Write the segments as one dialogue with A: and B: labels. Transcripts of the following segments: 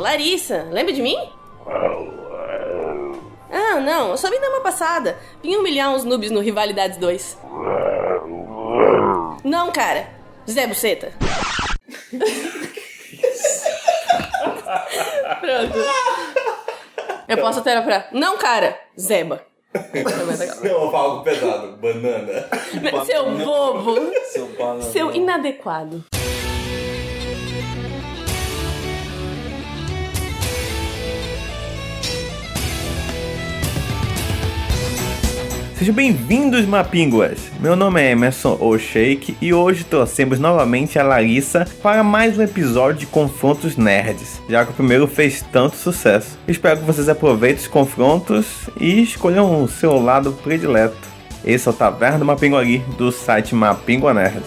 A: Larissa, lembra de mim? Ah, não, eu só vim dar uma passada. Vim humilhar uns noobs no Rivalidades 2. Não, cara. Zé Buceta. Pronto. Eu posso até pra. Não, cara. Zeba. É mais legal.
B: Não, eu falo pesado. Banana.
A: Seu bobo.
C: Seu banana.
A: Seu inadequado.
D: Sejam bem-vindos, Mapinguas! Meu nome é Emerson O'Shake e hoje trouxemos novamente a Larissa para mais um episódio de Confrontos Nerds, já que o primeiro fez tanto sucesso. Espero que vocês aproveitem os confrontos e escolham o seu lado predileto. Esse é o Taverna do Mapinguari, do site Mapingua Nerd.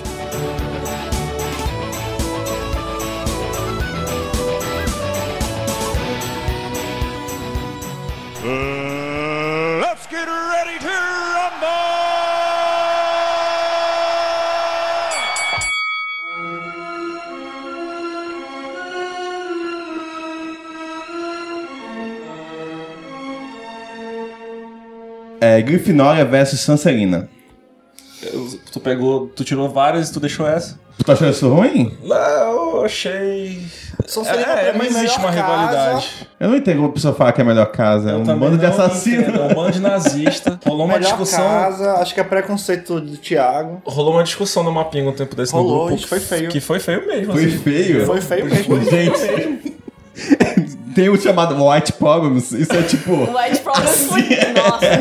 E: Let's get ready to rumble!
D: É Grifinória versus Sanserina.
C: Eu- Tu pegou, tu tirou várias e tu deixou essa?
D: Tu tá achando isso ruim?
C: Não, eu achei.
B: São
C: É, é não existe uma rivalidade.
D: Eu não entendo como a pessoa fala que é a melhor casa, é um
C: também
D: bando de
C: não
D: assassinos.
C: entendo, É um bando de nazista. Rolou uma
B: Melhor
C: discussão.
B: casa, acho que é preconceito do Thiago.
C: Rolou uma discussão no Mapinga um tempo desse
B: Rolou,
C: no grupo.
B: isso foi feio.
C: Que foi feio mesmo.
D: Foi
C: assim.
D: feio.
B: Foi feio mesmo.
D: Gente, tem o chamado White Problems. Isso é tipo.
A: White Problems foi.
D: é,
A: Nossa,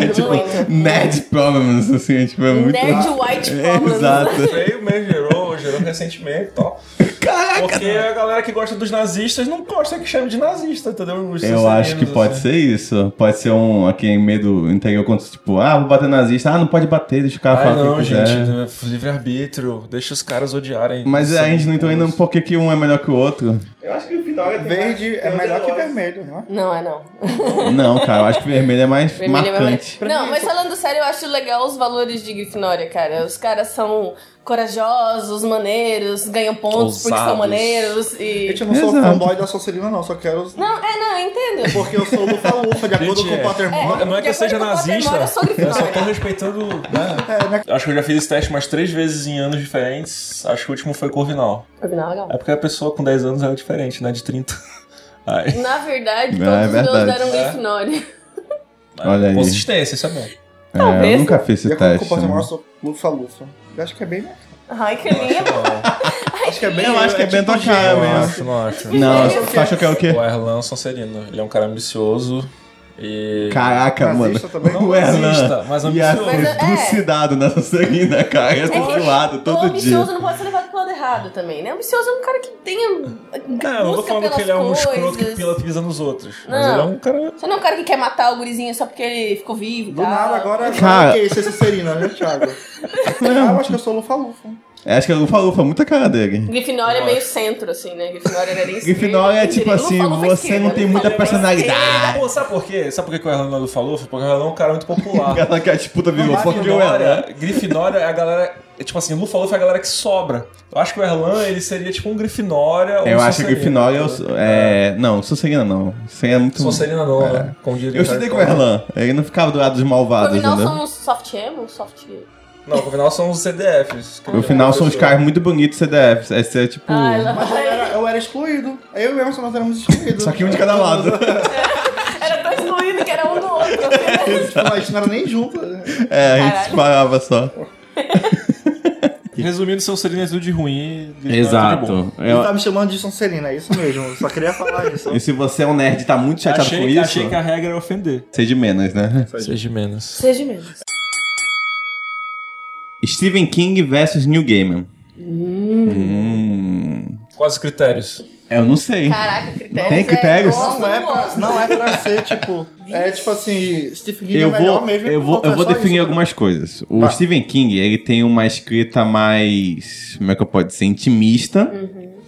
A: muito.
D: Nerd Problems, assim, é, tipo, é tipo, muito.
A: Nerd White
D: É,
A: Problems.
D: Exato.
C: Feio mesmo, gerou, gerou ressentimento e tal.
D: Caraca!
C: Porque a galera que gosta dos nazistas não gosta que chame de nazista, entendeu? Os
D: Eu acho que
C: sanseguinos,
D: pode
C: assim.
D: ser isso. Pode ser um aqui medo interior contra, tipo, ah, vou bater nazista. Ah, não pode bater, deixa o cara
C: Ah,
D: falar o
C: não,
D: que quiser.
C: gente, livre-arbítrio, deixa os caras odiarem.
D: Mas a gente não entende ainda
C: não
D: por que, que um é melhor que o outro.
B: Eu acho que o final é Verde é melhor que vermelho, não é?
A: Não, é não.
D: Não, cara, eu acho que vermelho é mais
A: Vermelho é
D: marcante.
A: vermelho. Não, mas falando sério, eu acho legal os valores de Grifinória, cara. Os caras são corajosos, maneiros, ganham pontos porque são
C: Ousados.
A: maneiros e...
B: Gente, eu não sou
D: Exato.
B: fanboy da Sonserina, não. Só quero...
C: um
B: os-
A: Não, é, não, eu entendo.
B: Porque eu sou lufa-lufa, de acordo
C: Gente,
B: com o
C: é.
B: patrimônio.
C: Não é que eu
A: Porque
C: seja
A: agora que eu tô
C: nazista,
A: com a memória, eu sou
C: eu só tô
A: grifinória.
C: respeitando. Né?
B: É, né?
C: Eu Acho que eu já fiz esse teste umas três vezes em anos diferentes. Acho que o último foi Corvinal.
A: Corvinal é legal.
C: É porque a pessoa com 10 anos é diferente, né? De 30. Aí,
A: Na verdade,
D: É,
A: todos
D: é
A: os meus
D: verdade.
A: deram
C: É.
A: Grifinória.
D: Olha aí.
C: Consistência, isso é bom.
D: É, eu
A: Talvez.
D: nunca fiz
B: De
D: esse
B: acordo com o
D: teste.
B: patrimônio, eu
D: né?
B: sou lufa-lufa. Eu Acho que é bem... né?
A: Ai, que
C: Acho
A: lindo.
C: não.
B: Acho que é bem...
D: Eu acho que é
E: tipo
D: bem tua cara
C: Não
D: mesmo.
C: acho, não acho.
D: Não, tu achou que é o quê?
C: O Erlan Sonserino, ele é um cara ambicioso e.
D: Caraca, mano. é.
B: Nazista também.
C: Não
D: o Erlan
C: nazista, mas
D: ia
C: ambicioso.
D: ser
A: Mas é-
D: trucidado nessa seguida, cara. Ia ser
A: É que
D: zoado
A: o
D: todo dia.
A: ambicioso não pode ser levado pro lado errado também, né? O ambicioso é um cara que tem.
C: Não, eu não tô falando que ele é um escroto que pila- pisa nos outros. Mas
A: Não.
C: ele é um cara.
A: Você não é um cara que quer matar o gurizinho só porque ele ficou vivo. e
B: Do
A: tal.
B: nada, agora...
D: Cara.
B: Cara... Que isso é Sonserina, né, Thiago? Ah, eu acho que eu sou lufa-lufa.
D: É, acho que o Lufa Lufa é muita cara dele.
A: Grifinória é
C: Eu
A: meio
C: acho.
A: centro, assim, né? Grifinória era nem
D: Grifinória é tipo assim, você não tem muita personalidade.
C: Pô, sabe por quê? Sabe por que que o Erlan não falou? Foi Porque o Erlan é um cara muito popular.
D: Ela quer disputa viva, fuck you, né? Erlan.
C: Grifinória, Grifinória é a galera. é Tipo assim, Lufa Lufa é a galera que sobra. Eu acho que o Erlan ele seria tipo um Grifinória. ou
D: Eu
C: um
D: acho que
C: Sonserino,
D: Grifinória é
C: entendeu?
D: o. É. Não, Sonserina não. Sonserina é muito.
C: Sonserina não, né? Como
D: É.
C: diria
D: Eu estudei com o
C: Harry Potter.
D: Erlan. Ele não ficava do lado dos malvados,
A: Afinal,
D: entendeu?
A: são uns soft emo, soft.
C: Não, no final são os CDFs.
D: No final são os caras muito bonitos CDFs. É ser tipo.
A: Ah, ela
B: Mas eu era, eu era excluído. Eu e o Emerson, nós éramos excluídos. Tipo,
D: Só que um de cada lado.
A: era tão excluído que era um do outro. assim, né?
B: Tipo, a gente não era nem junto. né?
D: É, a gente
A: Caralho.
D: disparava só.
C: Resumindo, Sonserina é tudo de ruim. Grifinória é tudo de bom.
B: Ele tá me chamando de Sonserina, é isso mesmo. Eu Só queria falar isso.
D: E se você é um nerd e tá muito chateado
C: Achei,
D: com isso,
C: achei que a regra era ofender.
D: sei de menos, né?
C: Seja menos.
A: Seja menos.
D: Stephen King versus New Gaiman. Hum.
C: Quais os critérios?
D: Eu não sei.
A: Caraca, critérios.
D: Tem critérios?
A: É, gosto,
B: Não é, pra,
A: gosto.
B: não é pra ser, tipo. É tipo assim, Stephen King
D: Eu
B: é melhor
D: vou,
B: mesmo.
D: eu vou,
B: é
D: eu vou
B: só
D: definir
B: isso.
D: algumas coisas. O
B: Tá.
D: Stephen King, ele tem uma escrita mais, como é que eu posso dizer, intimista.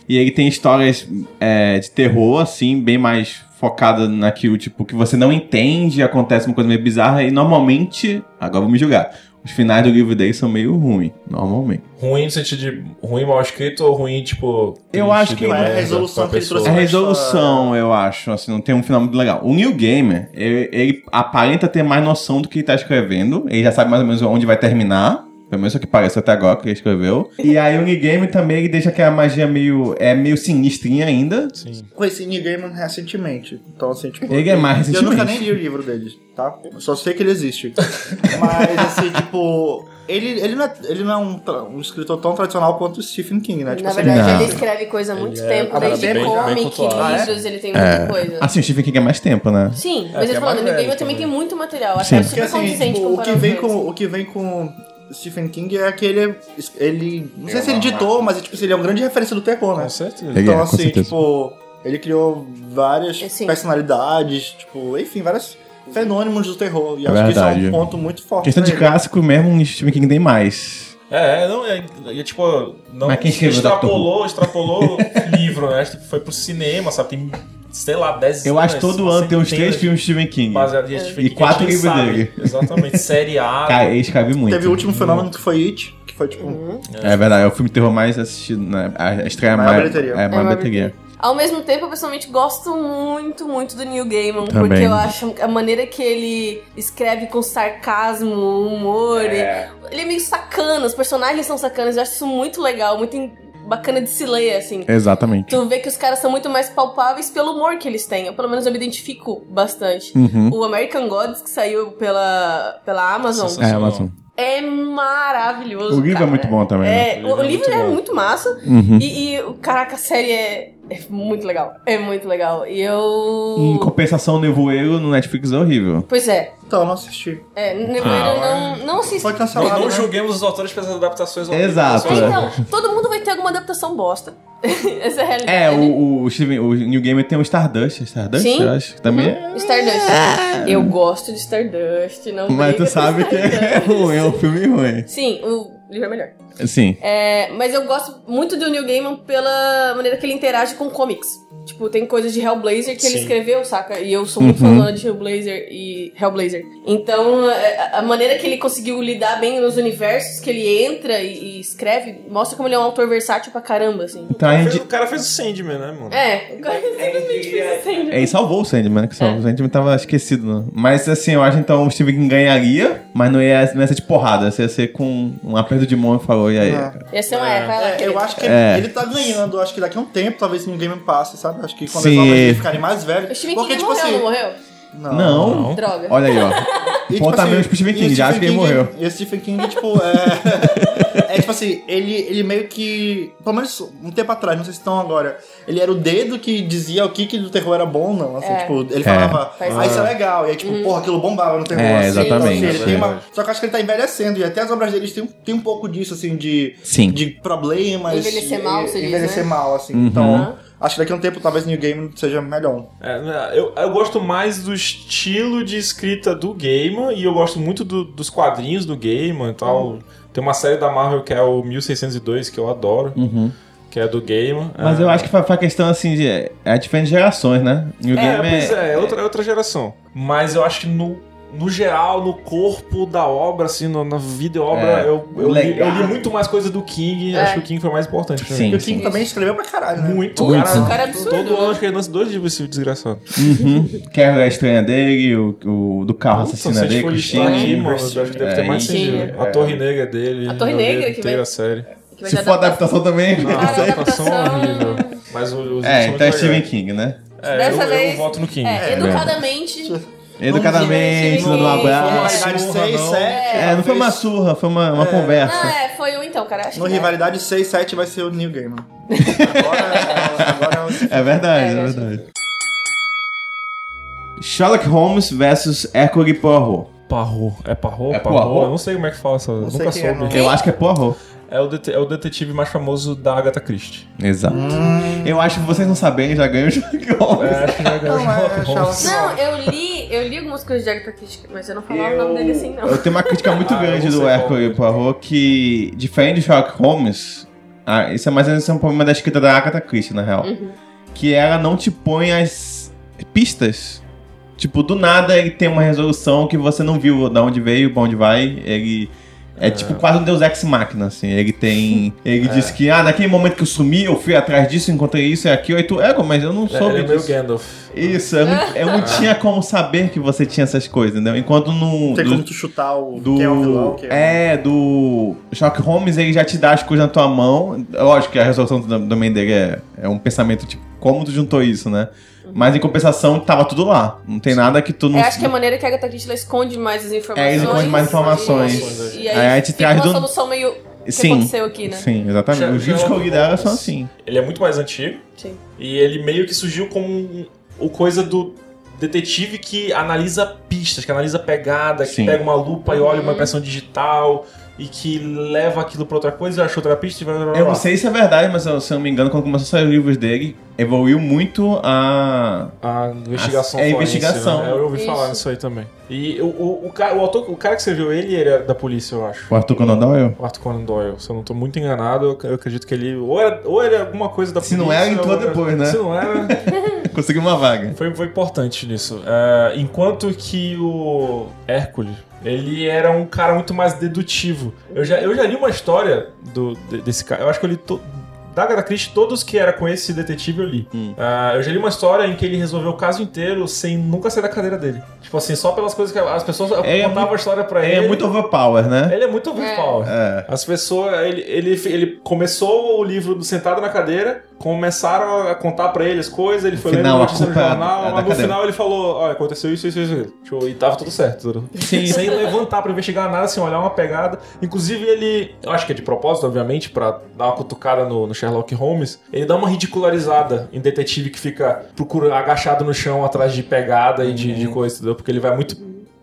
D: E ele tem histórias é, de terror, assim, bem mais focada naquilo, tipo, que você não entende, acontece uma coisa meio bizarra. E normalmente, agora eu vou me julgar, Os finais do livro dele são meio ruins, normalmente.
C: Ruim no sentido de ruim mal escrito ou ruim, tipo.
D: Eu
C: triste,
D: acho que
C: de
D: é a
C: merda
E: resolução
C: pra
E: que ele
D: É
E: trouxe.
C: pessoa.
D: resolução,
E: é.
D: eu acho. Assim, não tem um final muito legal. O New Gamer, ele, ele aparenta ter mais noção do que ele tá escrevendo. Ele já sabe mais ou menos onde vai terminar. Pelo menos é o que parece até agora que ele escreveu. E aí o New Gamer também ele deixa que a magia meio. é meio sinistrinha ainda.
C: Sim.
E: Conheci Neil Gaiman recentemente. Então, assim, tipo.
D: Ele é mais
E: Eu nunca nem
D: recentemente.
E: li o livro dele, tá? Eu Só sei que ele existe. Mas, assim, tipo. Ele, ele não é, ele não é um, tra- um escritor tão tradicional quanto o Stephen King, né? Tipo
A: Na
E: assim,
A: verdade,
D: Não.
A: ele escreve coisa há muito
C: Ele é
A: tempo,
E: um cara
A: desde
E: bem- bem
A: comic,
C: cultuado,
E: né?
A: livros, ele tem muita coisa.
D: Assim, o Stephen King é mais tempo, né?
A: Sim, mas eu
C: É, que é
A: tô falando,
C: mais
A: New Game
C: velho
A: também
C: também.
A: tem muito material. Acho
D: Sim.
A: que é
E: Porque
A: super
E: assim,
A: condizente
E: tipo, o
A: comparando
E: que vem
A: com...
E: com o que vem com Stephen King é que ele ele não sei se ele ditou, mas tipo, ele é uma grande referência do terror, né?
C: Com certeza.
D: Ele é,
E: Então
D: com
E: assim,
D: certeza.
E: tipo, ele criou várias
A: É, sim.
E: personalidades, tipo, enfim, vários fenômenos do terror e
D: É
E: acho que isso é
D: verdade.
E: um ponto muito forte.
D: Questão de
E: nele.
D: clássico mesmo, o Stephen King tem mais.
C: É, é, não, é, é tipo, não
D: Mas quem escreveu
C: extrapolou, extrapolou o livro, né? Tipo, Foi pro cinema, sabe? Tem, sei lá, 10
D: Eu acho
C: né,
D: todo
C: umas
D: ano tem uns
C: centenas
D: três filmes de Stephen King.
C: baseadas em Stephen
D: E
C: King,
D: quatro
C: quem
D: livros
C: sabe.
D: dele.
C: Exatamente, série A.
D: Cara, ele escreve muito.
E: Teve o último fenômeno que foi It, que foi tipo,
A: Uhum.
D: É verdade, é o filme de terror mais assistido, né? A estreia
E: Maior
D: mais.
E: bilheteria.
D: É, mais bilheteria.
A: Ao mesmo tempo, eu pessoalmente gosto muito, muito do Neil Gaiman,
D: Também.
A: porque eu acho a maneira que ele escreve com sarcasmo, humor, e- ele é meio sacana, os personagens são sacanas, eu acho isso muito legal, muito in- bacana de se ler, assim.
D: Exatamente.
A: Tu vê que os caras são muito mais palpáveis pelo humor que eles têm, eu pelo menos eu me identifico bastante.
D: Uhum.
A: O American Gods, que saiu pela, pela Amazon,
C: Sensacional.
D: É, Amazon.
A: é maravilhoso.
D: O livro
A: cara.
D: é muito bom também. né?
A: É, o, o livro é
C: bom.
A: muito massa.
D: Uhum.
A: E, e, caraca, a série é, é muito legal. É muito legal. E
D: Em
A: eu.
D: compensação, o Nevoeiro no Netflix é horrível.
A: Pois é.
E: então eu não assisti.
A: é Nevoeiro
C: Ah,
A: não, não assisti.
E: Foi
C: Não,
E: cancelado.
C: não
E: né?
C: julguemos os autores pelas adaptações
D: Exato.
A: É,
C: horríveis.
A: então, todo mundo vai ter alguma adaptação bosta. Essa é a realidade.
D: É, o, o, Steven- o New Gamer tem o Stardust. é Stardust,
A: Sim.
D: eu acho. que Também é.
A: Stardust. Eu gosto de Stardust. Não
D: Mas
A: briga
D: tu
A: com
D: sabe que é
A: Uhum. Stardust.
D: ruim, é um filme ruim.
A: Sim, o livro é melhor.
D: Sim.
A: É, mas eu gosto muito do Neil Gaiman pela maneira que ele interage com comics. Tipo, tem coisas de Hellblazer que ele
C: Sim.
A: escreveu, saca? E eu sou muito
D: Uhum.
A: fã de Hellblazer e Hellblazer. Então, é, a maneira que ele conseguiu lidar bem nos universos que ele entra e, e escreve, mostra como ele é um autor versátil pra caramba, assim.
D: Então a
C: Fez-
D: gente.
C: O cara fez o Sandman, né, mano?
A: É, agora simplesmente fez o Sandman.
D: É, e salvou o Sandman, né? Que salvou. O Sandman tava esquecido, né? Mas assim, eu acho então o Steven King ganharia, mas não ia, não ia ser de porrada, ia ser com um aperto de mão e falou, e aí?
E: Ah.
D: cara?
A: Essa é uma é, vai lá,
E: É,
A: querido.
E: eu acho que
D: É.
E: ele tá ganhando. Acho que daqui a um tempo, talvez no game passe, sabe? Acho que quando
D: Sim.
E: as obras ficarem mais velhas.
A: O Steven
E: porque,
A: King
E: tipo
A: morreu,
E: assim.
A: não morreu?
E: Não.
D: Não.
A: Droga.
D: Olha aí, ó. Ponta menos pro Steven
E: e
D: King,
E: o
D: já acho que
E: Stephen
D: ele
E: King- é-
D: morreu.
E: E o Stephen King, tipo, é. é tipo assim, ele, ele meio que. Pelo menos um tempo atrás, não sei se estão agora. Ele era o dedo que dizia o que, que do terror era bom ou não. Assim,
A: É.
E: tipo, ele falava,
A: Faz Uhum.
E: ah, isso é legal. E aí, tipo, porra, aquilo bombava no terror.
D: É,
E: assim.
D: exatamente,
E: Então, assim, ele
D: é
E: tem uma-
C: verdade.
E: Só que eu acho que ele tá envelhecendo. E até as obras dele tem, um- tem um pouco disso, assim, de
D: Sim.
E: de problemas.
A: Envelhecer mal, você diz,
E: Envelhecer
A: né?
E: mal, assim.
D: Uhum.
E: Então, acho que daqui a um tempo talvez New Game seja melhor.
C: É, né, eu, eu gosto mais do estilo de escrita do Gaiman e eu gosto muito do- dos quadrinhos do Gaiman e tal. Tem uma série da Marvel que é o 1602, que eu adoro,
D: Uhum. Ah.
C: que é do Gaiman.
D: Mas eu acho que foi foi a questão assim de. É diferente de gerações, né? New
C: É,
D: Game
C: pois é, é
D: é.
C: outra, é outra geração. Mas eu acho que no, no geral, no corpo da obra, assim, no- na vida e
D: É,
C: obra, eu, eu, li, eu
D: legado.
C: li muito mais coisa do King.
A: É.
C: Acho que o King foi mais importante pra
D: Sim.
E: E
C: mim.
E: o King também escreveu pra caralho, né?
C: Muito,
A: Muito,
C: cara.
A: o cara é absurdo,
C: Todo
A: né?
C: ano acho que ele lança dois livros esse desgraçado.
D: Uhum. Que é a estranha dele, o, o do carro
C: Puta,
D: assassino
C: se a gente
D: dele,
C: for listar
D: Cristina.
C: aqui, mano, eu acho que deve ter
D: É,
C: mais de
A: sim.
C: 100 livros. A Torre Negra dele.
A: A Torre
C: eu li
A: Negra que
C: inteira
A: vai-
C: a série.
A: Que vai
D: Se
A: ter
D: for
A: adaptação.
D: adaptação também.
C: Não,
A: Cara,
C: a adaptação é
A: adaptação-
C: horrível. Mas os- os
D: É,
C: são
D: então é
C: muito
D: Steven
C: legais.
D: King, né?
C: É,
A: Dessa
C: eu,
A: vez-
C: eu voto no King.
A: É, educadamente.
D: Educadamente,
A: Steven
D: dando um
A: King.
D: abraço.
E: Rivalidade
C: surra,
E: 6,
C: não.
E: 7.
D: É, não foi uma surra, foi uma, uma
A: Não,
D: conversa.
A: é, foi um então, cara. Acho
E: No
A: que é.
E: Rivalidade 6, 7 vai ser o New Game. Agora, agora é o.
D: É verdade, é,
A: É,
D: verdade. Sherlock Holmes versus Hercule Poirot.
C: Parro. É Parro?
D: É Poirot?
C: Eu não sei como é que fala essa.
E: sei
C: Nunca
E: quem é, não.
C: soube.
D: Eu acho que é Poirot.
C: É o, dete- é o detetive mais famoso da Agatha Christie.
D: Exato. Eu acho que vocês não saberem, já ganham o Sherlock Holmes.
C: acho que já ganhou
E: Não, é,
C: Sherlock Holmes.
A: Não, eu li, eu li algumas coisas de Agatha Christie, mas eu não falava o nome dele assim, não.
D: Eu tenho uma crítica muito
C: Ah, eu
D: grande
C: não sei
D: do
C: qual é.
D: Hercule
C: mesmo.
D: Poirot que, diferente do Sherlock Holmes, ah, isso é mais ou menos um problema da escrita da Agatha Christie, na real. Que ela não te põe as pistas. Tipo, do nada ele tem uma resolução que você não viu da onde veio, pra onde vai. Ele É,
C: Ah.
D: tipo quase um Deus Ex Machina, assim. Ele tem... Ele
C: É.
D: diz que, ah, naquele momento que eu sumi, eu fui atrás disso, encontrei isso e aquilo. Aí tu, ego, mas eu não soube
C: Ele é meio
D: disso.
C: Gandalf.
D: Isso, eu não, eu não tinha como saber que você tinha essas coisas, entendeu? Enquanto no...
E: Não tem
D: do-
E: como tu chutar o
D: do
E: quem é o vilão, quem é...
D: é, do Sherlock Holmes ele já te dá as coisas na tua mão lógico que a resolução do também dele é, é um pensamento tipo como tu juntou isso né mas em compensação tava tudo lá não tem nada que tu não
A: Eu Uhum. É, acho que a maneira que a Agatha Christie ela esconde mais as informações.
D: É, esconde mais informações.
A: E, e
D: Aí a
A: aí,
D: gente
A: fica
D: traz
A: uma
D: do-
A: solução meio que
D: sim
A: aconteceu aqui, né?
D: sim exatamente os livros que eu li dela são assim
C: Ele é muito mais antigo.
A: Sim.
C: E ele meio que surgiu como um- o coisa do detetive que analisa pistas, que analisa pegada, que
D: Sim.
C: pega uma lupa e olha uma impressão digital e que leva aquilo pra outra coisa, achou outra pista e vai.
D: Eu não sei se é verdade, mas eu- se eu não me engano, quando começou a sair os livros dele, evoluiu muito a.
C: A investigação
D: É a
C: forense,
D: investigação.
C: né? Eu ouvi
A: Isso.
C: falar nisso aí também. E o, o, o, cara, o, autor, o cara que escreveu ele era da polícia, eu acho.
D: O Arthur Conan Doyle?
C: O Arthur Conan Doyle. Se eu não tô muito enganado, eu ac- eu acredito que ele ou era, ou era alguma coisa da
D: Se não
C: polícia...
D: era, entrou
C: ou era-
D: depois, né?
C: Se não era...
D: Conseguiu uma vaga.
C: Foi, foi importante nisso. É, enquanto que o Hércules, ele era um cara muito mais dedutivo. Eu já, eu já li uma história do, de- desse cara. Eu acho que eu li to, da Agatha Christie, todos que era com esse detetive eu li.
D: Hum.
C: Ah, eu já li uma história em que ele resolveu o caso inteiro sem nunca sair da cadeira dele. Tipo assim, só pelas coisas que as pessoas
D: É
C: contavam a história pra ele.
D: É muito overpower, né?
C: Ele é muito overpower.
D: É.
C: As pessoas, ele, ele, ele começou o livro sentado na cadeira, começaram a contar pra ele as coisas, ele foi
D: Final,
C: lendo
D: a
C: notícia no
D: culpa
C: jornal,
D: é da
C: mas no
D: cadeira.
C: final ele falou, olha, aconteceu isso, isso, isso, isso. Tipo, e tava tudo certo. tudo. Sem levantar pra investigar nada, sem olhar uma pegada. Inclusive ele, eu acho que é de propósito, obviamente, pra dar uma cutucada no, no Sherlock Holmes, ele dá uma ridicularizada em detetive que fica procurando, agachado no chão atrás de pegada e de, de coisa, entendeu? Porque ele vai muito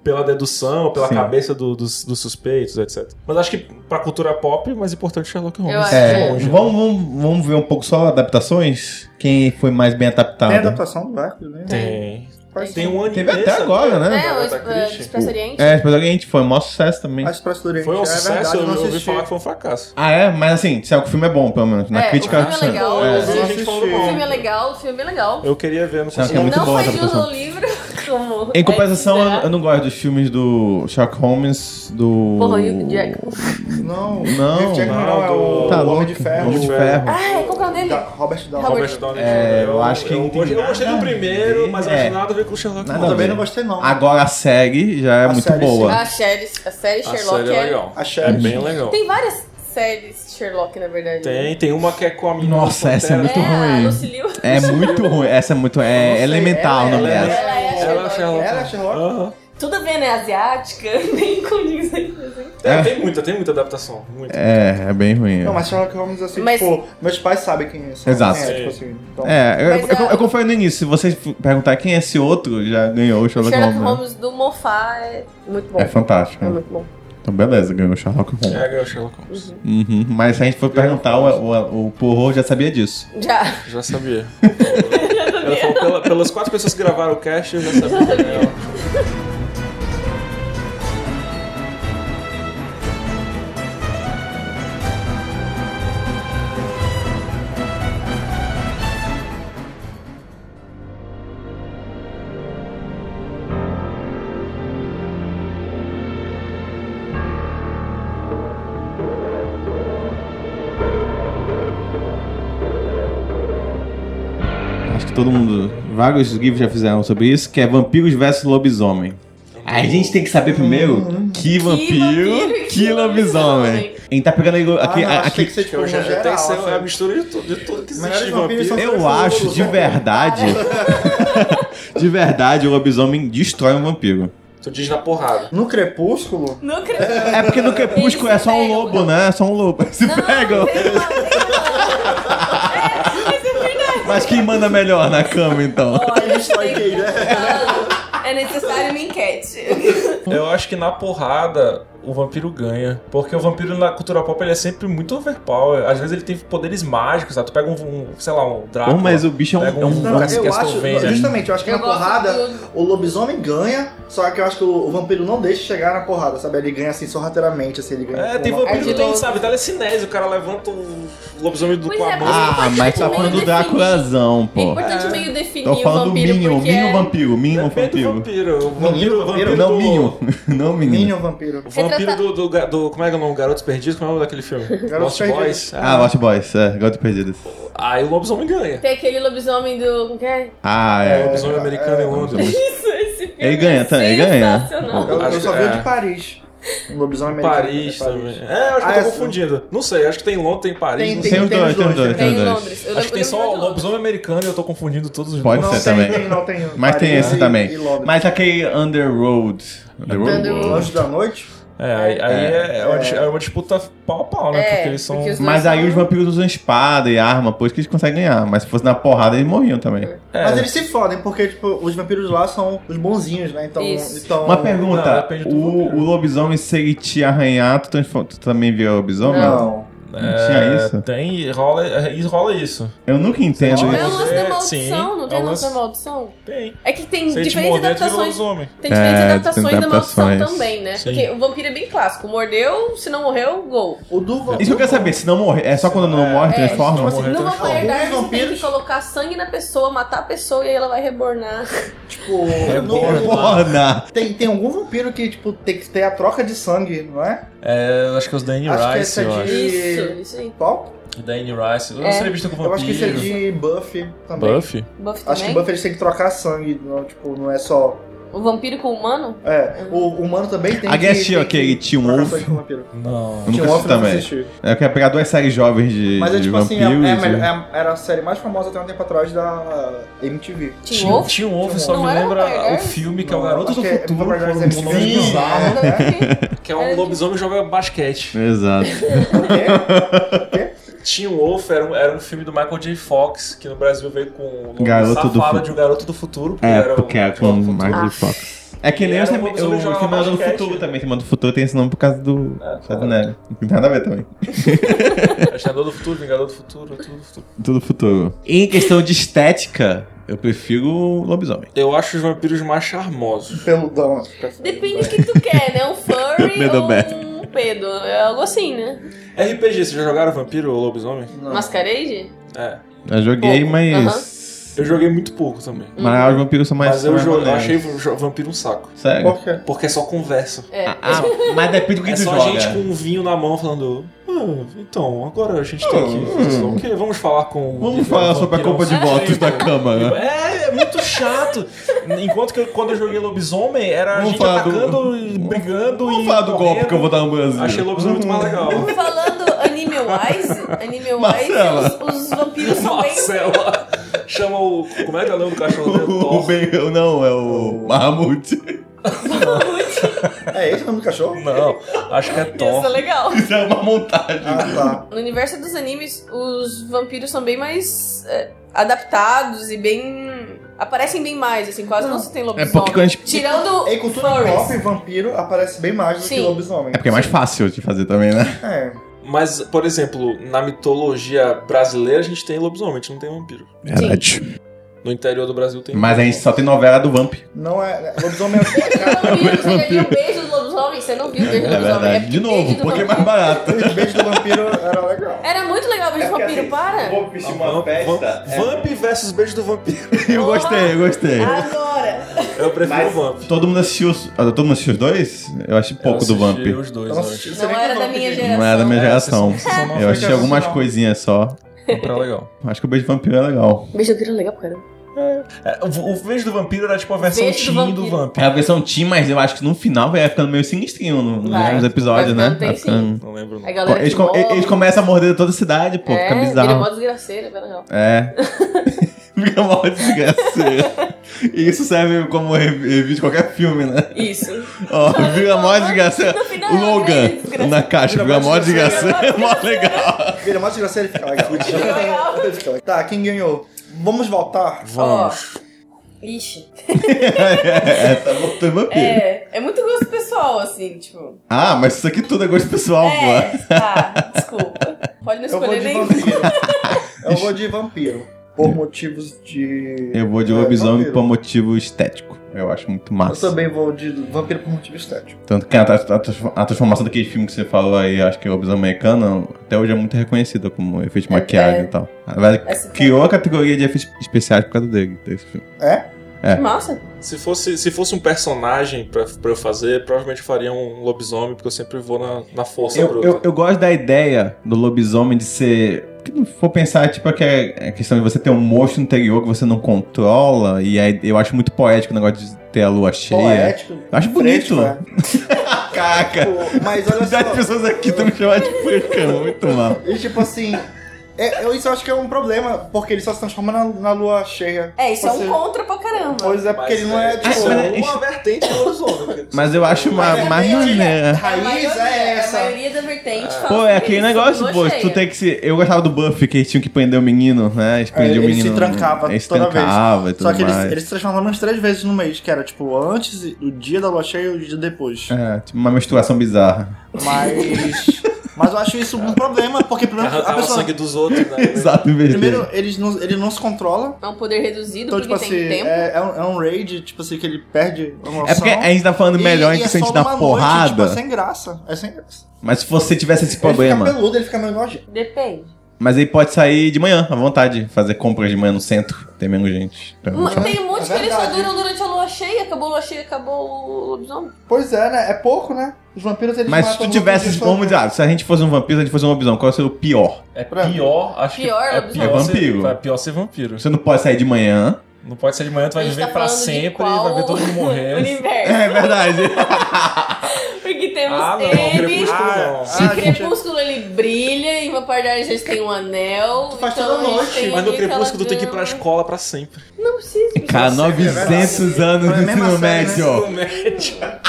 C: pela dedução, pela
D: Sim.
C: cabeça do- dos, dos suspeitos, etc. Mas acho que pra cultura pop, mais importante é Sherlock Holmes.
A: Eu acho
D: É,
A: que-
C: Longe, né?
D: vamos, vamos, vamos ver um pouco só adaptações? Quem foi mais bem adaptado?
E: Tem adaptação do Hércules, né?
C: Tem.
E: Quase
C: Tem um anime.
D: Teve até
C: sabia?
D: agora, né?
A: É, o
C: Agatha
A: Exp-
C: Christie.
A: Expresso Oriente.
D: É, mas alguém foi um maior sucesso também.
E: A Expresso do Oriente
C: Foi um
E: é
C: sucesso,
E: verdade, eu
C: eu,
E: não
C: eu ouvi
E: assisti.
C: falar que foi um fracasso.
D: Ah, é? Mas assim, se é, o filme é bom, pelo menos. Na
A: É,
D: crítica
A: o filme é legal,
D: É.
A: eu
C: vi gente
E: assisti.
C: falando
A: O
C: mal.
A: filme é legal, o filme é legal.
C: Eu queria ver, não
D: Sabe que
C: consegui.
D: é muito
A: não
D: bom
A: faz
D: essa
A: jus ao
D: adaptação.
A: livro. Como
D: Em compensação,
A: é
D: eu,
A: de se
D: eu não gosto dos filmes do Sherlock Holmes, do...
A: esperar. Porra, Hugh Jackman.
E: Não,
D: Não,
E: Hugh Jackman
C: não,
E: não, é o
C: do-
D: Tá louco.
E: Homem de Ferro.
D: Homem de
C: Ferro.
D: Ferro.
A: Ah, qual que é o dele?
E: Da- Robert Downey.
A: Robert-
C: Robert Downey
D: É,
C: Jr.
D: eu acho que
C: eu,
D: não tem
C: gostei- eu gostei do
D: nada a
C: primeiro,
D: ver.
C: mas eu acho
D: É.
C: que nada a ver com o Sherlock
D: Nada
E: Eu
C: Holmes.
E: também
D: a ver.
E: não gostei, não.
D: Agora a série já é
E: A
D: muito
E: série,
D: boa.
A: A série, a série
C: A
A: Sherlock
C: série é
A: é...
C: legal.
E: A
C: É
E: Sherlock.
C: bem legal.
A: Tem várias séries Sherlock, na verdade. né?
C: Tem, tem uma que é com a menina.
D: Nossa,
C: do
D: essa é
C: Pantera.
D: muito
A: É, a
D: ruim.
A: Lucy Liu.
D: É muito ruim. Essa é muito...
E: não
D: É
E: sei,
D: elemental,
E: ela-
D: não
E: ela-
D: é?
E: ela-
A: Ela é
C: Ela é
A: Sherlock.
C: Sherlock.
E: Ela é Sherlock?
C: Aham.
A: Tudo bem, né? Asiática, bem condizente. assim.
C: É,
D: É.
C: Tem muita, tem muita adaptação. Muita.
D: É, é bem ruim.
E: Não, mas Sherlock Holmes, assim,
A: Mas-
E: tipo, meus pais sabem quem é. sabe
D: Exato.
E: quem é, tipo assim, então-
D: É, eu,
A: Mas,
D: eu,
A: ah,
D: eu confio no início. Se você f- perguntar quem é esse outro, já ganhou o
A: O
D: Sherlock,
A: Sherlock
D: Holmes. né?
A: Holmes do Mofá é muito bom.
D: É fantástico.
A: É muito bom.
D: Então, beleza, ganhou o Sherlock Holmes.
C: É, é o Sherlock Holmes.
D: Uhum, Mas se a gente for perguntar, o, o, o Poirot já sabia disso.
A: Já.
C: Já sabia. Ela falou, pela- pelas quatro pessoas que gravaram o cast, eu já sabia. Né?
D: Acho que todo mundo. Vários livros já fizeram sobre isso, que é Vampiros versus Lobisomem. A gente tem que saber primeiro que vampiro,
A: vampiro e que
D: que lobisomem.
A: lobisomem.
D: A gente tá pegando aí
E: Ah,
D: aqui.
E: não, acho que
D: aqui
E: tem que ser, tipo,
C: Eu já,
E: geral,
C: tem que ser é a
E: assim.
C: mistura de tudo, de tudo que existe
E: Melhores
C: de
E: vampiros
C: vampiro.
E: são-
D: eu acho de verdade. De verdade, o lobisomem destrói um vampiro.
C: Tu diz na porrada.
E: No Crepúsculo,
A: Não acredito.
D: É porque no Crepúsculo é só um lobo, né? É só um lobo. Se pegam.
A: É,
D: Mas quem manda melhor na cama, então?
E: ele destrói quem, né?
A: É necessário uma enquete.
C: Eu acho que na porrada o vampiro ganha. Porque o vampiro na cultura pop ele é sempre muito overpower. Às vezes ele tem poderes mágicos, sabe? Tu pega um, um, sei lá, um Drácula.
D: Pô, mas o bicho é um-
C: pega
D: é um-
E: Não,
D: Vamos
E: eu acho,
C: Castlevania.
E: justamente, eu acho que
A: Eu
E: na
A: gosto
E: porrada
A: do- é
E: o lobisomem ganha, só que eu acho que o, o vampiro não deixa chegar na porrada, sabe? Ele ganha assim sorrateiramente, assim, ele ganha.
C: É,
E: com
C: tem
E: uma-
C: vampiro que
A: É de
C: tem,
A: novo.
C: sabe, telecinese, o cara levanta o lobisomem do
A: Pois
C: com a
A: é,
C: mão.
D: Ah, mas tá falando do Draculazão,
A: É
D: pô.
A: importante meio definir
E: É.
D: Tô
A: o
D: falando do
A: vampiro,
D: Minho,
A: porque
D: Minho
A: é...
D: vampiro, Minho
C: Depende
D: vampiro,
C: do
D: vampiro.
C: Vampiro. o Vampiro, é
E: Menino
C: o vampiro do...
E: vampiro?
D: Não, Minho. Não,
C: né?
D: menino.
E: Minion Vampiro.
C: O vampiro
A: Retrata-
C: do, do, ga- do- Como é que é o nome? Garotos Perdidos? Como é o nome daquele filme? Lost
E: Perdidos.
C: Boys.
D: Ah, Lost Boys, é, Gato Perdidas.
C: Aí o lobisomem ganha.
A: Tem aquele lobisomem do. Como que é?
D: Ah, é.
C: Lobisomem americano em Londres.
A: Isso, esse filme
D: Ele ganha
A: é
D: também, ele ganha.
A: sensacional.
E: Eu, eu
C: Acho
E: só
C: que
E: vi o
C: é.
E: de Paris. O lobisomem americano.
C: Paris
E: é
C: também. É, eu acho que eu
E: Ah,
C: tô
E: é,
C: confundindo. Não sei, acho que tem Londres, tem Paris.
E: Tem,
C: não
E: tem,
C: sei.
E: tem,
D: os dois,
E: os dois.
D: tem os
E: né?
A: Tem em
D: dois.
A: Londres. Eu
C: Acho que
A: lembro- eu
C: tem só
A: lembro de Londres.
C: lobisomem americano e eu tô confundindo todos os
D: Pode
C: nomes.
D: ser também.
E: Tem, não tem.
D: Mas tem
E: Paris
D: esse
E: e-
D: também.
E: E Londres.
D: Mas aquele Underworld.
E: Anjo
A: Underworld.
E: da Noite?
C: É, aí, aí é, é uma, dis- é uma disputa pau a pau, né?
A: É,
C: porque eles são.
A: porque os-
D: Mas aí os vampiros usam espada e arma, pois que eles conseguem ganhar. Mas se fosse na porrada, eles morriam também.
C: É.
E: Mas eles se fodem, porque, tipo, os vampiros lá são os bonzinhos, né? Então.
A: Isso.
E: então
D: Uma
C: Não,
D: pergunta:
C: depende do
D: o,
C: vampiro.
D: o lobisomem, se ele te arranhar, tu, transform- tu também vira lobisomem?
E: Não.
D: Não tinha isso?
C: é, Tem e rola, é, e rola isso.
D: Eu nunca entendo
C: Não,
A: Não é um
D: isso.
A: lance
C: É,
A: da
C: sim,
A: maldição, não tem
C: é um
A: lance da
C: lance-
A: maldição?
C: Tem.
A: É que tem
C: Se ele te
A: diferentes
C: morder, tu vira um
A: adaptações.
C: lobisomem.
A: Tem diferentes
D: É,
A: adaptações
D: tem
A: da maldição
D: adaptações.
A: também, né?
C: Sim.
A: Porque o vampiro é bem clássico. Mordeu, se não morreu, gol.
E: O do vampiro.
D: Isso que eu quero saber: se não morrer, é só quando não morre,
A: É,
D: transforma?
C: se não morrer.
A: No
C: Então,
A: Vampire
E: alguns
A: Diaries você tem que
E: vampiros-
A: colocar sangue na pessoa, matar a pessoa e aí ela vai rebornar.
E: Tipo. no-
C: bom,
E: no-
D: Porra!
E: Tem, tem algum vampiro que, tipo, tem que ter a troca de sangue, não é?
C: É, acho que é os Danny
E: Acho que
C: Rice,
E: essa é
C: eu
E: de-
C: acho.
A: Isso, isso aí.
E: Qual?
C: Danny Rice. Eu não
A: É.
C: sei revista com vampiro.
E: Eu acho que isso é de Buffy também.
C: Buffy?
A: Buff também?
E: Acho que Buffy eles têm que trocar sangue, não, tipo, não é só.
A: O vampiro com o humano?
E: É, o o humano também tem
D: A
E: que.
D: guess
E: tem
D: tinha aquele Tim
E: trocar
D: Wolf.
E: sangue com vampiro.
C: Não.
D: Eu
E: Tim
D: nunca
E: Wolf
D: assisti
E: não
D: também.
E: assisti.
D: Eu quero pegar duas séries jovens de,
E: Mas é
D: de
E: tipo assim, é,
D: vampiros.
E: é a
D: e-
E: melhor- é- era a série mais famosa até um tempo atrás da MTV.
A: Teen Wolf?
C: Tinha um ovo,
E: Teen
C: só
A: Wolf.
C: me
A: Não era Vampire
C: lembra o
A: Diaries?
C: filme que é o
E: Não,
C: Garoto do
E: acho que é
C: Futuro.
E: Vampire Diaries
C: com
E: MTV.
C: um nome
D: né?
C: bizarro,
A: Nada a ver.
C: Que é um lobisomem que joga basquete.
D: Exato.
C: Teen Wolf era um, era um filme do Michael J. Fox, que no Brasil veio com o nome
D: Garoto
C: safado
D: do Futuro.
C: de O Garoto do Futuro. Porque
D: É,
C: era o-
D: porque é
C: o
D: com
C: Futuro.
D: mais de Fox. É que nem
C: E
D: o
C: era um
D: Semana
C: lobisomem que jogava
D: do
C: basquete.
D: Futuro também. Semana do Futuro tem esse nome por causa do
C: É,
D: Schwarzenegger. Não tem nada a ver também.
C: Achador do Futuro, Vingador do Futuro, tudo do Futuro.
D: Tudo futuro. Em questão de estética, eu prefiro o lobisomem.
C: Eu acho os vampiros mais charmosos.
E: Peludão.
A: Depende do que tu quer, né? Um furry
D: Medo
A: ou
D: bad.
A: um pedo. É algo assim, né?
C: RPG, vocês já jogaram vampiro ou lobisomem?
E: Não.
A: Mascarade?
C: É.
D: Eu joguei,
A: Pouco.
D: mas.
C: Eu joguei muito pouco também.
A: Uhum.
D: Mas os vampiros são mais.
C: Mas eu,
D: mais
C: jo- eu
D: maneiros.
C: achei o jo- vampiro um saco.
D: Sério?
E: Por quê?
C: Porque é só conversa.
A: É.
D: Ah, mas depende do que
C: é
D: tu
C: só
D: joga.
C: gente com um vinho na mão falando. "Ah, então, agora a gente tá aqui.
D: Ah,
C: vocês falam o quê? Vamos falar com.
D: Vamos falar sobre a
C: vampirão
D: Copa de
C: safado."
D: Votos da Câmara.
C: É, é muito chato. Enquanto que eu- quando eu joguei lobisomem, era a
D: Vamos
C: gente
D: falar do-
C: atacando, e brigando e.
D: Vamos falar do golpe que eu vou Uhum. dar no Brasil.
C: Achei lobisomem muito mais legal.
A: Falando anime-wise, anime-wise,
D: Marcela.
A: os, os vampiros são bem...
C: Marcela chama o. Como é que é o nome do cachorro dele?
D: O
C: Thor.
D: Ben, não, é o Mahmoud.
E: É esse o nome do cachorro?
C: Não, acho que é
A: Isso é
C: Thor.
A: legal.
D: Isso é uma montagem.
E: Ah, tá.
A: No universo dos animes, os vampiros são bem mais é, adaptados e bem... Aparecem bem mais, assim, quase não, se tem lobisomem.
D: É porque quando a gente-
A: Tirando
E: Em É cultura
A: furries.
E: pop, vampiro aparece bem mais do que
A: Sim.
E: lobisomem.
D: É porque é mais fácil de fazer também, né?
E: É.
C: Mas, por exemplo, na mitologia brasileira a gente tem lobisomem, a gente não tem vampiro.
D: É Verdade.
C: No interior do Brasil tem.
D: Mas é a gente só tem novela do Vamp.
E: Não é. Lobisomem é.
A: Vampiros, você já viu o beijo do lobisomem? Você não viu o beijo do
D: É
A: lobisomem? porque
D: verdade. De
A: beijo
D: novo,
A: do
D: porque é
A: vampiro-
D: mais barato.
E: O beijo do vampiro era legal.
A: Era muito legal o beijo do vampiro, para!
D: Vou
C: Ah, Vamp, Vamp, Vamp versus Beijo do Vampiro.
D: Eu gostei, eu
A: Ah,
D: gostei.
A: Agora!
C: Eu prefiro o Vamp.
D: Todo mundo assistiu os... ah, Todo mundo assistiu os dois? Eu achei pouco
C: Eu
D: do Vamp.
C: assisti Os dois, eu
E: Nossa,
C: acho.
E: isso é
A: Não
E: bem
A: era da
E: vampiro.
A: minha geração.
D: Não é da minha
C: É,
D: geração.
C: vocês são- vocês são novos.
D: Eu assisti algumas coisinhas só.
C: Era legal.
D: Acho que o Beijo do Vampiro é legal.
A: Beijo do vampiro é legal pra caramba.
C: É, o, o Beijo do Vampiro era tipo a versão
A: Beijo do
C: teen do
A: Vampiro.
C: Vamp.
D: É a versão Team, mas eu acho que no final vai ficando meio sinistrinho no-
A: Vai.
D: nos episódios,
A: Vai
D: né?
A: ficando, tem
D: Vai ficando-
C: Não lembro. Não.
A: A galera
D: Eles,
A: que
D: com-
A: morre.
D: eles começam a morder toda a cidade, pô.
A: é,
D: fica
A: Vira
D: bizarro.
A: mó desgraceira, pera não.
D: É. Fica mal desgraceiro. E isso serve como re- review de qualquer filme, né?
A: Isso.
D: Ó, vira mó desgraceiro.
A: No final,
D: O Logan,
A: vira desgraceiro.
D: na caixa, vira mó desgraceiro. É mó legal.
E: Vira mais desgraçado, ele fica legal.
A: legal.
E: Ele fica legal. Tá, quem ganhou? Vamos voltar?
C: Vamos.
A: Ixi.
D: É, tá voltando vampiro.
A: É, é muito gosto pessoal, assim, tipo.
D: Ah, mas isso aqui tudo é gosto pessoal,
A: é,
D: pô.
A: tá, desculpa. Pode não
E: Eu vou
A: escolher
E: de
A: nenhum.
E: vampiro. Eu vou de vampiro. Por motivos de.
D: Eu vou de
E: É,
D: lobisomem
E: vampiro.
D: por motivo estético. Eu acho muito
E: Eu
D: massa.
E: também vou de vampiro por motivo estético.
D: Tanto que a, a- a transformação daquele filme que você falou aí, acho que é Lobisomem Americano, até hoje é muito reconhecida como efeito de
A: É,
D: maquiagem
A: é.
D: e tal. A verdade,
A: Essa foi-
D: criou a categoria de efeitos especiais por causa dele, desse filme.
E: É?
D: É.
A: Massa.
C: Se fosse, se fosse um personagem pra, pra eu fazer, provavelmente eu faria um lobisomem, porque eu sempre vou na, na força
D: Eu,
C: bruta.
D: eu, eu gosto da ideia do lobisomem de ser. Porque não for pensar, tipo, que é a questão de você ter um monstro interior que você não controla, e aí eu acho muito poético o negócio de ter a lua cheia.
E: Poético.
D: Eu acho bonito.
E: Fresco, é.
D: Caraca!
E: Pô, Mas olha
D: As
E: só.
D: pessoas aqui estão me chamando de furacão, muito mal.
E: E tipo assim. é- eu, isso eu acho que é um problema, porque ele só se transforma na, na lua cheia.
A: É, isso é
E: Você-
A: um contra pra caramba.
E: Pois é, porque
C: Mas,
E: ele não é, tipo.
C: isso
D: mas
C: é
D: é-
C: uma vertente do lobisomem.
D: Mas eu acho uma
E: Mas é
D: mais
E: mentira.
D: maneira.
A: A
E: raiz
A: maioria-
E: é essa.
A: A maioria da vertente fala
D: Pô,
A: sobre
D: é aquele
A: isso,
D: negócio,
A: lua
D: pô,
A: cheia.
D: tu tem que se... Eu gostava do Buffy, que eles tinham que prender o menino, né? Eles prendiam
E: É, ele
D: o menino...
E: se trancava
D: Eles se
E: toda vez.
D: trancava e tudo
E: Só que ele,
D: mais.
E: ele se transformava umas três vezes no mês, que era tipo antes, o dia da lua cheia e o dia depois.
D: É, tipo uma misturação bizarra.
E: Mas. Mas eu acho isso um problema, porque primeiro a
C: Arrancava é o
E: pessoa.
C: sangue dos outros, né?
D: Exato, em vez dele.
E: Primeiro, eles não, ele não se controla.
A: É um poder reduzido
E: Então,
A: porque
E: tipo assim,
A: tem tempo.
E: é, é um, é um raid, tipo assim, que ele perde a noção.
D: É porque a gente tá falando melhor em
E: e, e é
D: que se a
E: só
D: gente dá
E: numa noite,
D: porrada.
E: tipo, é sem graça. É sem graça.
D: Mas se você tivesse esse
E: Ele
D: problema.
E: fica peludo, ele fica meio nojento.
A: Depende.
D: Mas aí pode sair de manhã, à vontade. Fazer compras de manhã no centro. Tem menos gente. Então, pra
A: Mas
D: almoçar.
A: tem um monte
E: É
A: que eles só
E: verdade.
A: duram durante a lua cheia. Acabou a lua cheia, acabou o lobisomem.
E: Pois é, né? É pouco, né? Os vampiros, eles
D: Mas se
E: matam
D: tu
E: no outro
D: tivesse
E: dia
D: esse
E: só- né?
D: problema de, ah, se a gente fosse um vampiro, se a gente fosse um lobisomem, qual seria o pior?
C: É pior, acho
A: Pior
C: que.
A: lobisomem.
D: É
C: ser-
D: vampiro.
C: É pior ser vampiro.
D: Você não pode sair de manhã.
C: Não pode ser de manhã, tu
A: A
C: vai
A: gente
C: viver
A: tá
C: pra
A: falando de
C: sempre,
A: qual
C: vai ver todo mundo morrer.
A: Universo.
D: É verdade.
A: Porque temos
C: Ah, não,
A: ele.
C: Crepúsculo
E: Ah,
C: não.
E: ah,
A: o crepúsculo ele brilha, em Vampardar a gente tem um anel.
E: Tu faz
A: então
E: toda
A: a gente
E: noite.
A: tem
C: Mas no
A: ali aquela
C: crepúsculo tu tem que ir pra
A: gama.
C: escola pra sempre.
A: Não precisa.
E: É
D: Cara,
C: é
A: não...
D: 900
E: verdade.
D: anos
E: Foi
D: de
E: a mesma
D: ensino
E: série, né?
D: médio.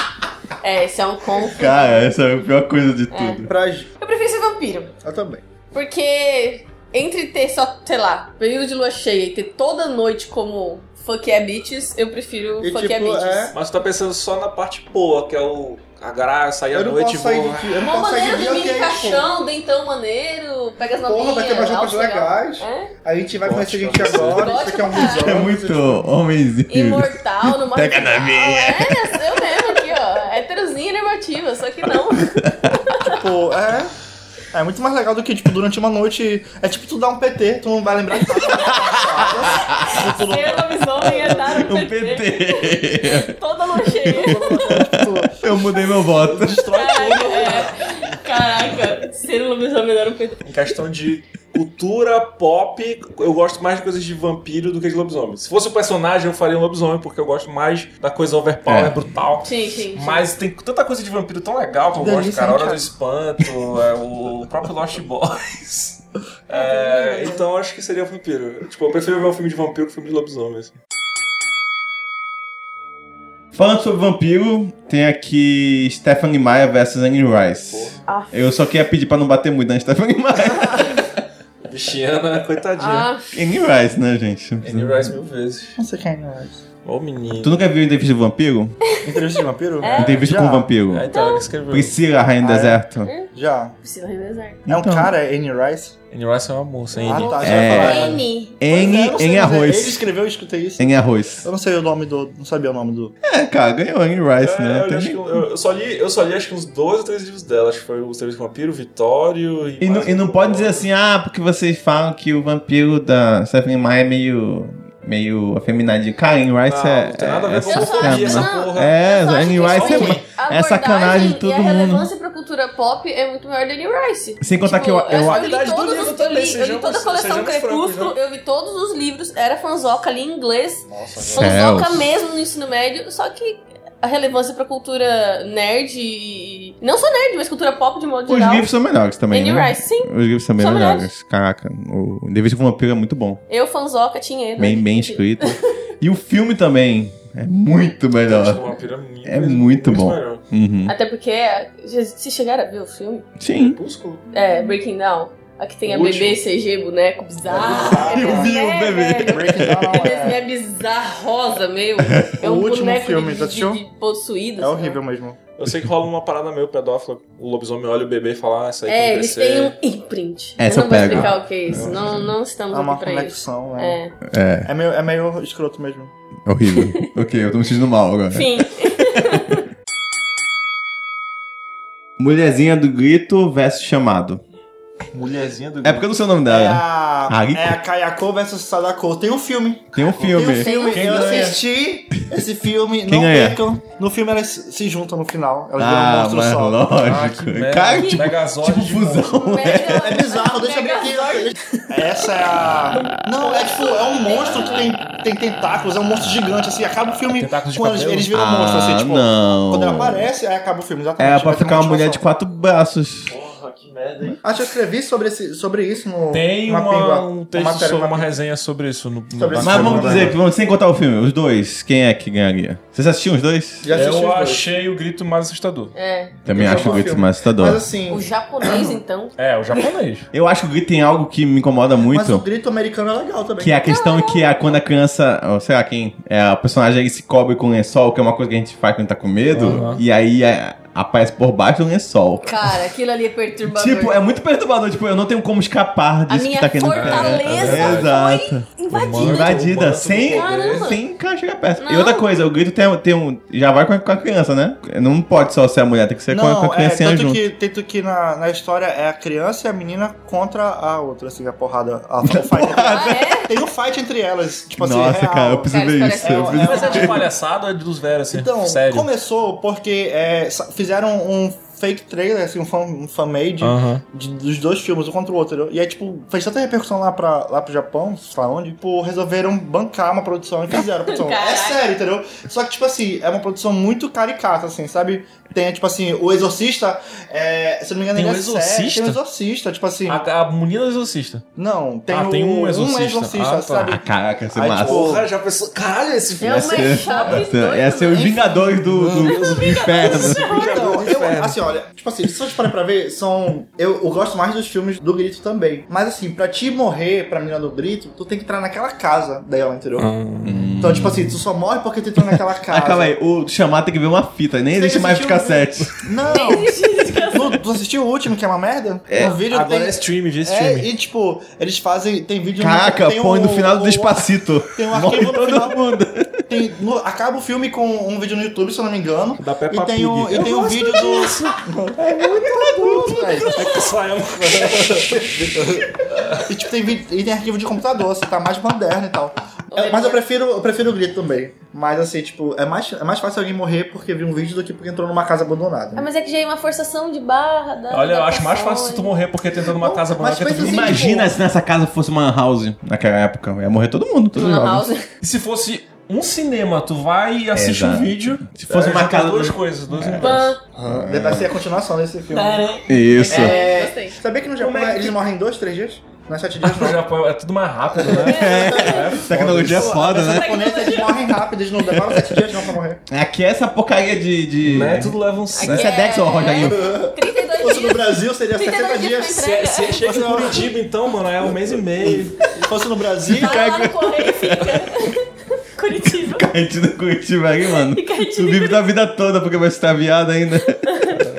A: É, esse é um conto.
D: Cara, essa é a pior coisa de tudo.
E: Pra...
A: Eu prefiro ser vampiro.
E: Eu também.
A: Porque entre ter só, sei lá, período de lua cheia e ter toda noite como fuck yeah bitches, eu prefiro
E: E,
A: fuck yeah
E: tipo,
A: bitches.
E: é-
C: Mas tu tá pensando só na parte boa, que é o. A graça, sair à
E: Eu não
C: noite e
E: posso
C: vou.
E: sair de... Eu
A: Mó
E: não posso sair
A: maneiro,
E: de dia,
A: dormir em
E: ok, pô.
A: caixão, dentão maneiro, pega as
E: Porra,
A: novinhas.
E: vai ter umas roupas
A: alto, legal.
E: legais.
A: É.
E: A gente vai
C: Ótimo.
E: conhecer gente agora, isso aqui é um
A: Ótimo,
E: museu.
D: É muito homenzinho.
A: Imortal, numa
D: Pega na minha.
A: É, eu mesmo aqui, ó. Heterozinha normativa, só que não.
E: Tipo, é... É muito mais legal do que, tipo, durante uma noite... É tipo, tu dá um PT, tu não vai lembrar de nada. tu,
A: Ser lobisomem é dar um
D: Um
A: PT.
D: PT.
A: Toda lua cheia.
E: Tipo, tu-
D: Eu mudei meu voto.
E: destrói
A: Caraca, é. Caraca, ser lobisomem dar um PT.
C: Em questão de cultura pop, eu gosto mais de coisas de vampiro do que de lobisomem. Se fosse um personagem, eu faria um lobisomem, porque eu gosto mais da coisa overpower,
D: É.
C: brutal.
A: Sim, sim, sim.
C: Mas tem tanta coisa de vampiro tão legal que eu
E: Delícia,
C: gosto, cara. A Hora do
E: hein, cara?
C: Espanto, é, o próprio Lost Boys. É, então eu acho que seria vampiro. Tipo, eu prefiro ver um filme de vampiro que um filme de lobisomem. assim.
D: Falando sobre vampiro, tem aqui Stephanie Maia versus Anne Rice.
A: Ah.
D: Eu só queria pedir pra não bater muito na Stephanie Maia.
C: Bichiana, coitadinha.
A: Ah,
D: Anne Rice, né, gente?
C: Annie Rice mil vezes.
E: Não sei quem é mais.
C: Ô menino.
D: Tu nunca viu entrevista de vampiro?
E: Entrevista de vampiro?
A: É.
D: Entrevista
E: É, Já,
D: com vampiro.
C: Ah, então, ele escreveu.
D: Priscila, Rainha do
E: Ah, é?
D: Deserto.
E: Já.
A: Priscila Revezar.
E: É um
D: Então.
E: cara, é Annie Rice?
C: Annie Rice é uma moça, hein?
E: Ah, tá. já
D: É.
E: ia falar.
A: N.
E: Pois é, eu
D: N
E: não sei,
D: em
E: mas Ele
D: arroz.
E: escreveu, eu escutei isso.
D: Em arroz.
E: Eu não sei o nome do... Não sabia o nome do...
D: É, cara, ganhou Anne Rice,
C: É,
D: né?
C: eu,
D: Tem
C: acho que
D: nem-
C: eu- eu só li, eu só li acho que uns dois ou três livros dela. Acho que foi os Três Vampiros, Vitório e.
D: E não,
C: mais
D: e não
C: um.
D: pode dizer assim, ah, porque vocês falam que o vampiro da Stephanie Maia é meio. meio afeminadinho. Cara, Anne
C: Não,
D: Rice é.
C: não tem nada a ver
D: é
C: com
A: Eu só-
C: homofobia, essa
A: não,
C: porra.
D: É,
A: Eu só acho
D: Anne
A: que
D: Rice é.
A: assim,
D: uma-
A: a
D: é sacanagem
A: abordagem
D: de todo
A: E a
D: mundo.
A: relevância pra cultura pop é muito maior da Annie Rice. Tipo,
D: Sem contar que eu- eu-
A: eu,
D: a
A: li
C: qualidade do
A: todos
C: livro tá
A: os, eu,
C: também,
A: li, eu li
C: sejamos-
A: toda a coleção
C: assim, sejamos
A: Crepúsculo,
C: francos, né?
A: eu vi todos os livros, era fanzoca, li em inglês,
C: Nossa,
D: Céus.
A: fanzoca mesmo no ensino médio, só que a relevância pra cultura nerd e... Não só nerd, mas cultura pop de modo
D: Os
A: geral.
D: livros são melhores também.
A: Annie
D: né?
A: Rice, sim.
D: Os livros são bem
A: São
D: melhores. Caraca, o Entrevista com o Vampiro é muito bom.
A: Eu, fanzoca, tinha ele.
D: Bem, bem escrito. e o filme também é muito
C: Entrevista
D: melhor.
C: com o Vampiro é muito,
D: É muito bom.
C: melhor.
D: Uhum.
A: Até porque, é, se chegaram a ver o filme,
D: Sim.
C: Crepúsculo?
A: é, Breaking Down, aqui tem a
C: O
A: bebê, CG, boneco, bizarro.
E: Eu
A: é
D: vi o
A: né,
D: bebê.
A: velho?
E: Breakdown,
A: Desenho
E: é...
A: é bizarrosa, meu. É
E: O
A: um
E: último
A: boneco
E: filme,
A: de,
E: tá
A: de,
E: assistiu?
A: de possuído. assim, sei
E: É
A: lá.
E: horrível mesmo.
C: Eu sei que rola uma parada meio pedófila. O lobisomem olha o bebê e fala, ah, essa aí
A: É,
C: tem
A: eles
C: que
A: têm
C: crescer.
A: um imprint.
D: Essa
A: eu não vou
D: eu pego.
A: explicar o que é isso. Não, não estamos
E: É uma
A: aqui pra isso.
E: conexão, né?
A: É.
D: É,
E: É meio, é meio escroto mesmo.
D: horrível. ok, eu tô me sentindo mal agora.
A: Enfim,
D: Mulherzinha do Grito versus Chamado.
C: Mulherzinha do
D: É Ah, porque eu não sei o nome
E: É
D: dela.
E: a,
D: Ariko.
E: é a Kayako versus Sadako. Tem um filme.
D: Tem um
E: Tem um
D: filme.
E: filme.
A: Quem
E: eu
A: ganha?
E: assisti esse filme.
D: Quem
E: não
D: ganha?
E: percam. No filme elas se juntam no final. Elas
D: Ah,
E: viram um
D: mas
E: monstro só.
C: Ah, que
D: lógico.
C: merda.
D: Cara, tipo,
C: Megazord
D: tipo
C: de
D: fusão.
A: Mega-
E: É bizarro, deixa eu ver
A: Mega-
E: aqui. Essa é a. Não, é tipo, é um monstro que tem, tem tentáculos, é um monstro gigante, assim. Acaba o filme
C: Tentáculos de
E: quando eles,
C: cabelo?
E: eles viram
D: Ah,
E: um monstro, assim, tipo.
D: não.
E: Quando ela aparece, aí acaba o filme, exatamente.
D: É, pra
E: Vai ter
D: ficar uma mulher de
E: motivação.
D: quatro braços.
C: Porra, que merda, hein?
E: Acho que eu escrevi sobre, esse, sobre isso no.
C: Tem
E: na
C: uma,
E: Pingua,
C: um
E: na
C: texto
E: matéria
C: sobre
E: na
C: uma
E: Pingua.
C: resenha sobre isso. No, no
E: Sobre
C: da
E: esse
D: Mas
E: filme,
D: vamos
E: né?
D: dizer, vamos- sem contar o filme, os dois, quem é que ganharia? Vocês assistiam os dois?
E: Já assisti
C: Eu
E: os dois.
C: achei o grito mais assustador.
A: É.
D: Também
E: Eu
D: acho
E: já
D: o
E: vi o
D: grito
E: filme.
D: mais
E: Mas
D: assustador.
E: assim.
A: O japonês, então.
C: É, o japonês.
D: Eu acho que o grito tem algo que me incomoda
E: Mas o
D: muito.
E: grito americano é legal também.
D: Que é a questão que é quando a criança, ou sei lá quem, é, a personagem aí se cobre com lençol, que é uma coisa que a gente faz quando tá com medo,
C: Aham.
D: e aí é, aparece por baixo do lençol.
A: Cara, aquilo ali é perturbador.
D: Tipo, é muito perturbador, tipo, eu não tenho como escapar
A: A
D: disso que
A: minha
D: tá querendo
A: fortaleza foi
D: É, Exato.
A: invadida.
C: O
D: Invadida,
C: manto
D: sem,
C: do
A: poder.
D: sem cara chegar perto. E
A: Não.
D: outra coisa, o grito tem, tem um. Já vai com a, com a criança, né? Não pode só ser a mulher, tem que ser com a- com a
E: Não, é,
D: criancinha
E: tanto
D: junto.
E: que, tanto que na, na história é a criança e a menina contra a outra, assim, a porrada. A, o fight.
A: Ah, é?
E: Tem um fight entre elas, tipo assim,
D: Nossa,
E: real.
D: cara, eu preciso
A: Cara,
D: ver
A: isso
D: isso.
A: parece
D: eu
A: uma-
D: preciso-
C: Mas é de palhaçada ou é dos velhos, assim?
E: Então,
C: sério.
E: começou porque é, sa- fizeram um fake trailer, assim, um fan- um fan-made
C: Aham.
E: de- dos dois filmes, um contra o outro. E aí, tipo, fez tanta repercussão lá, pra, lá pro Japão, sei lá onde, tipo, resolveram bancar uma produção e fizeram a produção.
A: Caraca.
E: é sério, entendeu? Só que, tipo assim, é uma produção muito caricata, assim, sabe? Tem, tipo assim, o Exorcista, é, se eu não me engano,
C: Tem
E: ele
C: um
E: é sério. Tem
C: Exorcista?
E: um Exorcista, tipo assim...
C: A, a menina do exorcista.
E: Não, tem,
C: Ah,
E: o-
C: tem um Exorcista. Ah, tá.
E: sabe?
D: Ah, caraca, ia ser
E: Aí,
D: massa.
E: tipo, Porra,
C: já pensou. Caralho, esse
A: É uma chave doida,
D: Ia ser os
A: né?
D: é Vingadores do, do, do Inferno.
E: Então, eu, assim, olha, tipo assim, se eu te parar pra ver, são. Eu, eu gosto mais dos filmes do Grito também. Mas assim, pra te morrer pra menina do Grito, tu tem que entrar naquela casa dela, entendeu? Então, tipo assim, tu só morre porque tu entrou naquela casa.
D: Ah, calma aí, o chamar tem que ver uma fita, nem
E: Tem que
D: existe mais
E: assistir o
A: um
D: cassete.
E: Não! tu, tu assistiu o último, que é uma merda? É, no vídeo
C: Agora é
E: tem.
C: stream, vê
E: É,
C: stream.
E: e tipo, eles fazem. Tem
A: um
E: vídeo no-
D: Caraca,
E: tem
D: põe
E: o-
D: no final do
E: o-
D: Despacito.
E: Tem um
D: Morre
E: arquivo no
D: todo
E: final.
D: mundo.
E: tem- no- acaba o filme com um vídeo no YouTube, se eu não me engano.
C: Da Peppa
E: e tem um,
C: Pig.
E: e tem um vídeo do. É muito adulto,
C: É que só é um-
E: E tipo, tem, vi- e tem arquivo de computador, assim, tá mais moderno e tal. É, mas eu prefiro, eu prefiro o grito também. Mas assim, tipo, é mais, é mais fácil alguém morrer porque viu um vídeo do que porque entrou numa casa abandonada.
A: Ah, mas é que já é uma forçação de barra. Da,
C: Olha, eu
A: da
C: acho mais
A: forçação,
C: fácil tu
A: hein?
C: morrer porque tentando uma
E: Não,
C: casa
E: mas
C: branca.
E: pensa
C: Tu...
E: assim-
D: Imagina se nessa casa fosse uma house naquela época. Ia morrer todo mundo, todo
A: Uma
D: mundo.
A: house.
C: E se fosse um cinema, tu vai e assiste
D: Exato.
C: um vídeo.
D: Se fosse
C: é,
D: uma
C: junta
D: casa-
C: Duas coisas, duas universos.
A: Pan.
E: Vai ser a continuação desse filme.
D: Isso.
A: É,
E: É,
A: gostei.
E: sabia que no Japão
C: é que-
E: eles morrem em dois, três dias? Não é sete dias,
C: No
E: não.
C: Japão é tudo mais rápido, né?
D: Tecnologia é foda, né?
E: Japoneses, eles morrem rápido, eles não demoram sete dias não pra morrer.
D: Aqui é essa porcaria de. de...
C: né? Tudo leva um
D: Isso
C: século.
D: é Dex ou Rogerinho?
A: 32
E: fosse no
A: dias.
E: Brasil, seria 60
A: 32 dias pra
E: dias. Se
A: entrega.
C: Se, se chega em Curitiba, então, mano, é um mês e meio.
E: fosse no Brasil,
A: Vai tá lá no correio e fica. Curitiba.
D: Carrete do Curitiba aí, mano.
A: E carrete
D: Tu
A: do
D: vive da vida toda porque vai estar viado ainda.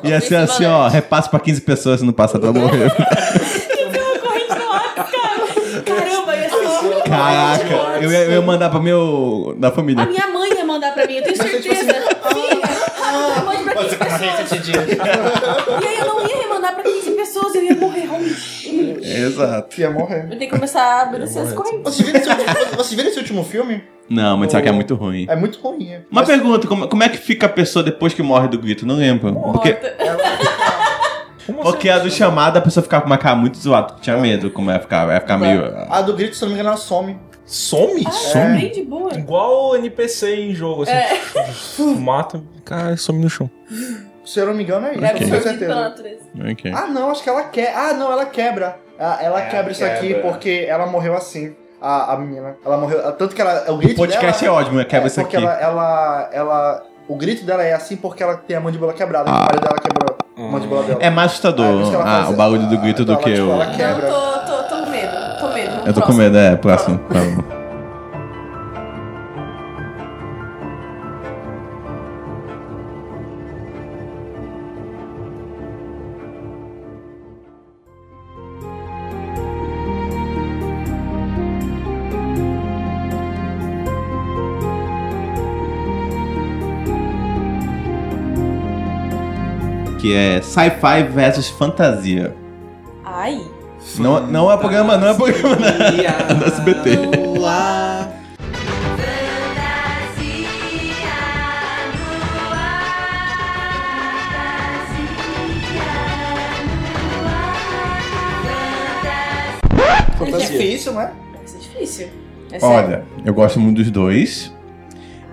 D: E assim, assim, ó, repassa pra 15 pessoas se não passa tá pra morrer.
A: Uma corrente no ar, cara. Caramba, ia ser...
D: Caraca, eu ia, eu ia mandar pra meu. da
A: A
D: família.
A: minha mãe ia mandar pra mim, eu tenho
E: tipo assim,
A: certeza.
E: ah,
A: Filha, eu mando pra
E: é
A: 15 pessoas.
E: sete dias.
A: E aí eu não ia mandar pra 15 pessoas, eu ia morrer. Eu
D: Exato.
E: ia morrer.
A: tenho que começar a obedecer as correntes.
E: Vocês viram esse último- vocês viram esse último filme?
D: Não, mas sabe que é muito ruim.
E: É muito ruim. é.
D: Uma pergunta, como, como é que fica a pessoa depois que morre do grito? Não lembro. Porque,
A: Morta.
C: Como assim?
D: porque a do chamado a pessoa ficava com uma cara muito zoada. Tinha
E: É.
D: medo como ia ficar. Ia ficar meio.
E: A do grito, se eu não me engano, ela some.
C: Some?
A: É bem de boa.
C: Igual NPC em jogo, assim. Mata, cara, some no chão.
E: Se eu não me engano, é isso.
A: É
E: Eu não tenho
A: absorvido pela
E: certeza.
A: natureza.
D: Ok.
E: Ah, não, acho que ela quer. Ah, não, ela quebra. Ah, Ela quebra isso aqui porque ela morreu assim. A, a menina. Ela morreu. ah, Tanto que ela. O grito
D: O podcast
E: dela,
D: é ótimo, quebra isso
E: Porque
D: aqui.
E: ela, ela, ela. O grito dela é assim porque ela tem a mandíbula quebrada.
D: Ah.
E: O pai dela quebrou a mandíbula dela.
D: É mais
E: Ah, por
D: assustador
E: isso que ela
D: ah,
E: faz-
D: o barulho do grito
E: ah,
D: do
E: ela,
D: que
E: tipo,
D: o.
E: ela
A: Não,
E: Quebra.
A: tô, tô, tô com medo. Tô com medo. Vamos
D: Eu tô com
A: próximo.
D: medo, é, próximo. Tá bom. Que é sci-fi versus fantasia.
A: Ai.
D: Não, não é programa, não é programa da, da SBT.
E: Difícil, né?
A: Isso é difícil. É sério.
D: Olha, eu gosto muito dos dois,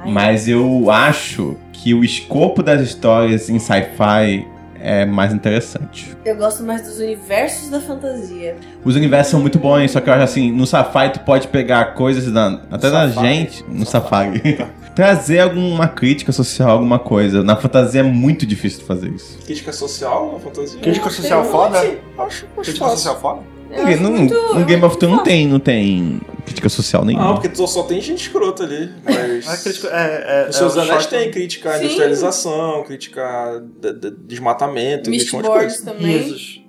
A: Ai.
D: mas eu acho que o escopo das histórias em sci-fi é mais interessante.
A: Eu gosto mais dos universos da fantasia.
D: Os universos são muito bons, só que eu acho assim, no safari tu pode pegar coisas da, até da
F: Safari.
D: gente, no safari, trazer alguma crítica social, alguma coisa. Na fantasia é muito difícil de fazer isso.
C: Crítica social, uma fantasia.
F: Crítica
A: Tem
F: social
A: um
F: foda?
A: monte.
C: Acho, acho
F: Crítica
C: fácil.
F: social foda?
A: Eu
D: Porque
A: acho
D: no,
A: muito- eu
D: no Game
A: acho
D: of Thrones não
A: muito Ah,
D: tem, não tem crítica social
C: Não,
D: nenhuma.
C: porque tu só tem gente escrota ali. Mas.
F: É crítica-
E: É, é,
C: Os seus
E: é o
C: anéis
E: choque.
C: tem crítica à
A: Sim.
C: industrialização, crítica a de- de- desmatamento,
A: Mist
C: um monte de
A: Boards
C: coisa.
A: também.
E: Jesus.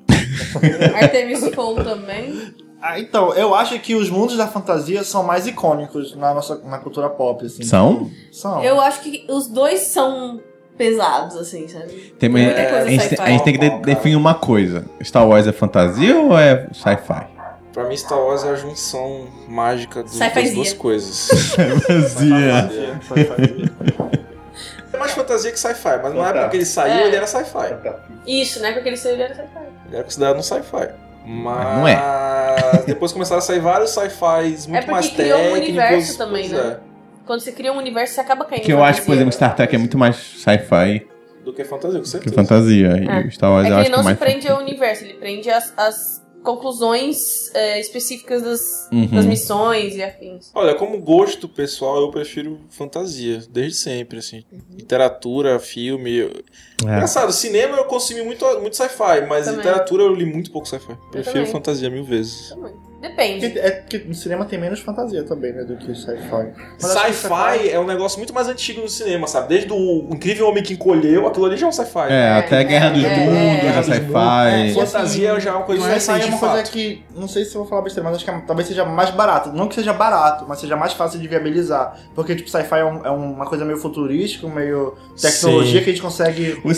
A: Artemis Fowl também.
E: Ah, então, eu acho que os mundos da fantasia são mais icônicos na nossa na cultura pop, assim.
D: São?
E: São.
A: Eu acho que os dois são pesados, assim, sabe?
D: Tem, é,
A: Tem muita
D: a,
A: coisa
D: gente, tem-
A: sci-fi.
D: a gente tem que de-
C: Cara.
D: definir uma coisa. Star Wars é fantasia ou é sci-fi?
C: Pra mim, Star Wars é a junção mágica dos, das
A: Sci-fizia.
C: duas coisas.
D: Fantasia.
C: é mais fantasia que sci-fi, mas na
F: Tá.
C: época que ele saiu,
A: É.
C: ele era sci-fi.
A: Isso, né? Porque eles seriam era sci-fi.
C: Ele era considerado um sci-fi. Mas
D: Ah, não é.
C: depois começaram a sair vários sci-fis muito
A: porque
C: mais
A: criou um
C: técnicos.
A: universo também,
C: pois é,
A: né? Quando você cria um universo, você acaba caindo.
D: Que
A: em
D: eu acho, por
A: fantasia.
D: exemplo, Star Trek é muito mais sci-fi
C: é, do que fantasia, com
D: que
C: certeza.
D: fantasia. E
A: É.
D: o Star Wars
A: É que
D: eu acho
A: ele
D: que é
A: não se
D: mais.
A: prende ao universo, ele prende as, as conclusões é, específicas das,
D: Uhum.
A: das missões e afins.
C: Olha, como gosto pessoal, eu prefiro fantasia, desde sempre, assim. Literatura, filme. eu-
D: É.
C: Engraçado, cinema eu consumi muito, muito sci-fi, mas
A: Também.
C: literatura eu li muito pouco sci-fi. Prefiro
A: também.
C: fantasia mil vezes.
A: Também. Depende.
E: Porque- é porque no cinema tem menos fantasia também, né? Do que sci-fi. Mas acho que
C: Sci-fi é um negócio muito mais antigo no cinema, sabe? Desde o Incrível Homem que Encolheu, aquilo ali já é um sci-fi.
D: É, até Guerra dos
A: é,
D: Mundos,
C: é.
D: é sci-fi.
E: É.
C: Fantasia já é uma coisa
E: Mas
C: mais
E: essa aí é
C: recente,
E: uma
C: de
E: coisa
C: fato.
E: que, não sei se eu vou falar besteira, mas acho que é- talvez seja mais barato. Não que seja barato, mas seja mais fácil de viabilizar. Porque, tipo, sci-fi é, um- é uma coisa meio futurística, meio tecnologia que a gente consegue.
D: O
E: emular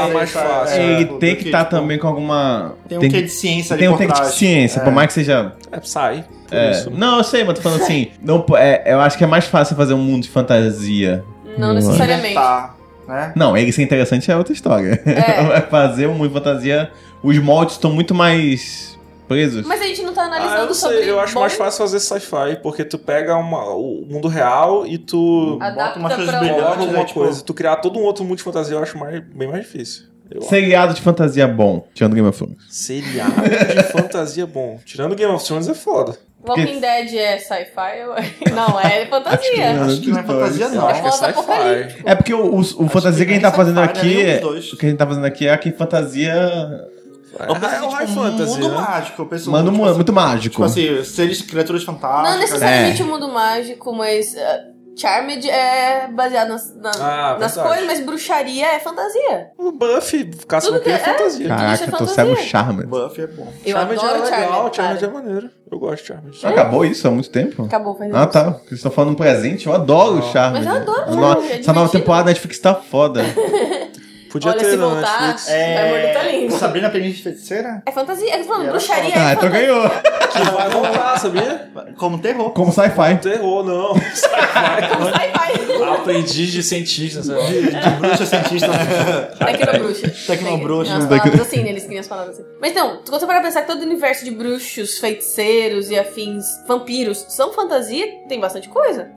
D: sci-fi,
C: mais fácil,
E: é,
D: ele
E: do
D: tem que
E: que,
D: estar
E: tipo,
D: também com alguma.
E: Tem um quê de ciência ali
D: tem um
E: por
D: tem que
E: trás.
D: de ciência, por mais que seja.
C: É, sai. Por
D: é,
C: isso.
D: não, eu sei, mas tô falando assim. Não, po- é, eu acho que é mais fácil fazer um mundo de fantasia.
A: Não
D: Hum.
A: necessariamente.
C: Tá.
E: Inventar, né?
D: Não, ele ser interessante é outra história.
A: É.
D: fazer um mundo de fantasia. Os moldes estão muito mais presos.
A: Mas a gente não tá
C: Ah, eu
A: analisando
C: não
A: sobre
C: sei, eu acho
A: bom,
C: mais fácil fazer sci-fi, porque tu pega uma- o mundo real e tu
E: Bota umas
A: adapta
E: coisas
A: pra um...
C: coloca
E: brilhantes, Melhor,
C: alguma
E: né, tipo-
C: coisa. Tu criar todo um outro mundo de fantasia, eu acho mais- bem mais difícil.
A: é
C: Eu acho.
D: Seriado de fantasia bom, tirando Game of Thrones.
C: Seriado de fantasia bom. Tirando Game of Thrones é foda.
A: Walking Dead é sci-fi? Eu- Não, é
D: não.
A: fantasia.
E: Acho que não é fantasia,
C: Eu
E: não.
C: acho que é
A: Volta
C: sci-fi.
D: É porque o, o- o fantasia que a gente tá fazendo aqui. é- Ah, O
E: Dois.
D: que a gente tá fazendo aqui é a que fantasia.
C: É,
E: Eu penso,
C: o high
A: um
E: tipo,
C: fantasy,
E: mundo
C: né?
E: mágico. Eu penso,
D: Mano,
E: tipo,
D: mu-
E: assim,
D: muito mágico.
E: Tipo assim, seres, criaturas fantásticas.
C: é
A: Não
D: É.
A: necessariamente o mundo mágico, mas eh, Charmed é baseado nas, na-
E: É
C: Ah,
A: nas
C: verdade.
A: coisas, mas bruxaria é fantasia.
C: O Buffy, caça
A: Tudo
C: vampiro é
A: que- é.
C: fantasia.
D: Caraca,
A: isso é
D: eu tô cego
A: fantasia.
D: Charmed.
E: Buffy é bom.
A: Eu
C: Charmed
A: adoro
C: é legal,
A: Charmed.
C: Charmed é
A: cara.
C: maneiro. Eu gosto de Charmed.
D: Já acabou isso há muito tempo?
A: Acabou faz
D: Ah
A: isso.
D: tá, porque vocês estão falando um presente, eu adoro o
C: Não.
D: Charmed.
A: Mas eu adoro
D: A
A: Charmed,
D: no-
A: é
D: Essa
A: divertido.
D: nova temporada da Netflix tá foda.
C: Podia
A: Olha,
C: ter
A: se
C: na
A: voltar,
C: Netflix.
E: É.
A: vai morder tua língua.
E: Sabrina Aprendiz de Feiticeira?
A: É fantasia, é falando,
E: Era
A: bruxaria
D: Ah,
A: é
D: então
A: fantasia.
D: ganhou.
C: Que vai voltar, sabia?
E: Como terror.
D: Como sci-fi.
C: Terror, não.
E: "Tá,
A: Sci-fi. É
C: Aprendiz de cientista, sei lá.
E: De bruxa cientista. né?
A: Tecnobruxa.
E: Tecnobruxa.
A: Tem umas palavras assim, né? Eles têm as palavras assim. Mas não, quando você para pensar que todo o universo de bruxos, feiticeiros e afins, vampiros, são fantasia, tem bastante coisa.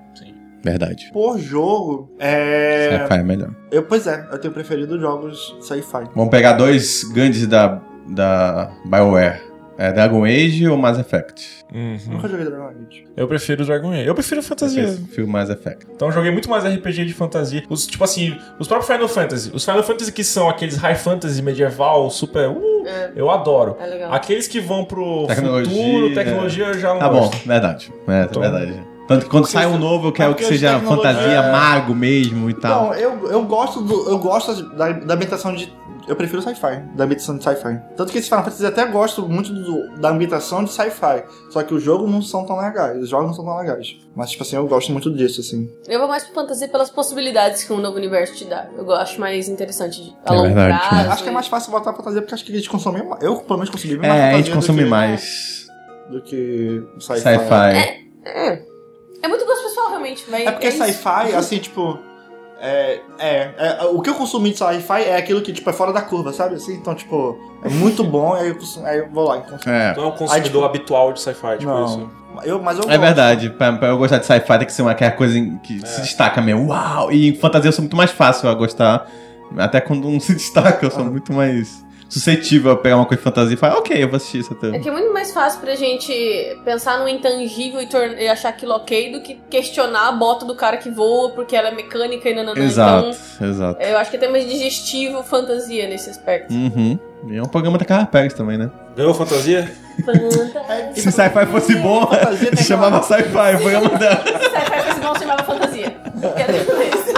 D: Verdade.
E: Por jogo, é.
D: Sci-fi é melhor.
E: Eu, pois é, eu tenho preferido jogos sci-fi.
D: Vamos pegar dois grandes da, da Bioware. É Dragon Age ou Mass Effect?
C: Uhum.
E: Nunca joguei Dragon Age.
C: Eu prefiro Dragon Age. Eu prefiro fantasia.
D: Eu prefiro Mass Effect.
C: Então eu joguei muito mais RPG de fantasia. Os, tipo assim, os próprios Final Fantasy. Os Final Fantasy que são aqueles high fantasy medieval, super. uh,
A: É,
C: eu adoro.
A: é legal.
C: Aqueles que vão pro
D: Tecnologia.
C: futuro, tecnologia, eu já não
D: Tá bom,
C: gosto.
D: verdade. É,
C: Tô-
D: verdade. Tanto que quando
E: Porque
D: sai
E: isso-
D: um novo, eu quero
E: porque É.
D: que
E: as
D: seja
E: tecnologias-
D: fantasia, mago mesmo e tal.
E: Então, eu, eu gosto do. Eu gosto da, da ambientação de. Eu prefiro sci-fi, da ambientação de sci-fi. Tanto que esse Final Fantasy até gosto muito do- da ambientação de sci-fi. Só que os jogos não são tão legais. Os jogos não são tão legais. Mas, tipo assim, eu gosto muito disso, assim.
A: Eu vou mais pra fantasia pelas possibilidades que um novo universo te dá. Eu acho mais interessante de- a
D: É
A: longo
D: verdade,
A: prazo.
E: Acho que é mais fácil botar fantasia porque acho que a gente consome. ma- Eu, pelo menos, consumi
D: é,
E: mais.
D: a gente
E: fantasia do
D: consome
E: que-
D: mais
E: Do que sci-fi.
D: sci-fi.
A: É. É muito gosto pessoal, realmente. Mas
E: É porque
A: isso.
E: sci-fi, assim, tipo. É, é, é- O que eu consumi de sci-fi é aquilo que, tipo, é fora da curva, sabe? Assim, então, tipo, é muito bom, aí eu, consumo- aí eu vou lá então. e consumo.
D: É.
C: Não é um consumidor
E: tipo-
C: habitual de sci-fi, tipo
E: Não.
C: isso.
E: Eu, mas eu
D: É
E: gosto.
D: verdade, pra, pra eu gostar de sci-fi tem que ser uma, aquela coisa em- que
E: É.
D: se destaca mesmo. Uau! E em fantasia eu sou muito mais fácil a gostar. Até quando não se destaca, eu sou
E: Ah.
D: muito mais suscetível a pegar uma coisa de fantasia e falar, ok, eu vou assistir isso
A: É
D: até.
A: que é muito mais fácil pra gente pensar no intangível e, tor- e achar aquilo ok do que questionar a bota do cara que voa porque ela é mecânica e nananã.
D: Exato,
A: Então,
D: exato.
A: eu acho que é até mais digestivo fantasia nesse aspecto.
D: Uhum. E é um programa da Carla Pérez também, né?
C: Ganhou fantasia?
E: É
A: Fantasia.
D: Se sci-fi fosse bom,
E: Fantasia tem
D: chamava sci-fi, o programa dela.
A: Sci-fi fosse bom, chamava fantasia. Quer dizer, isso.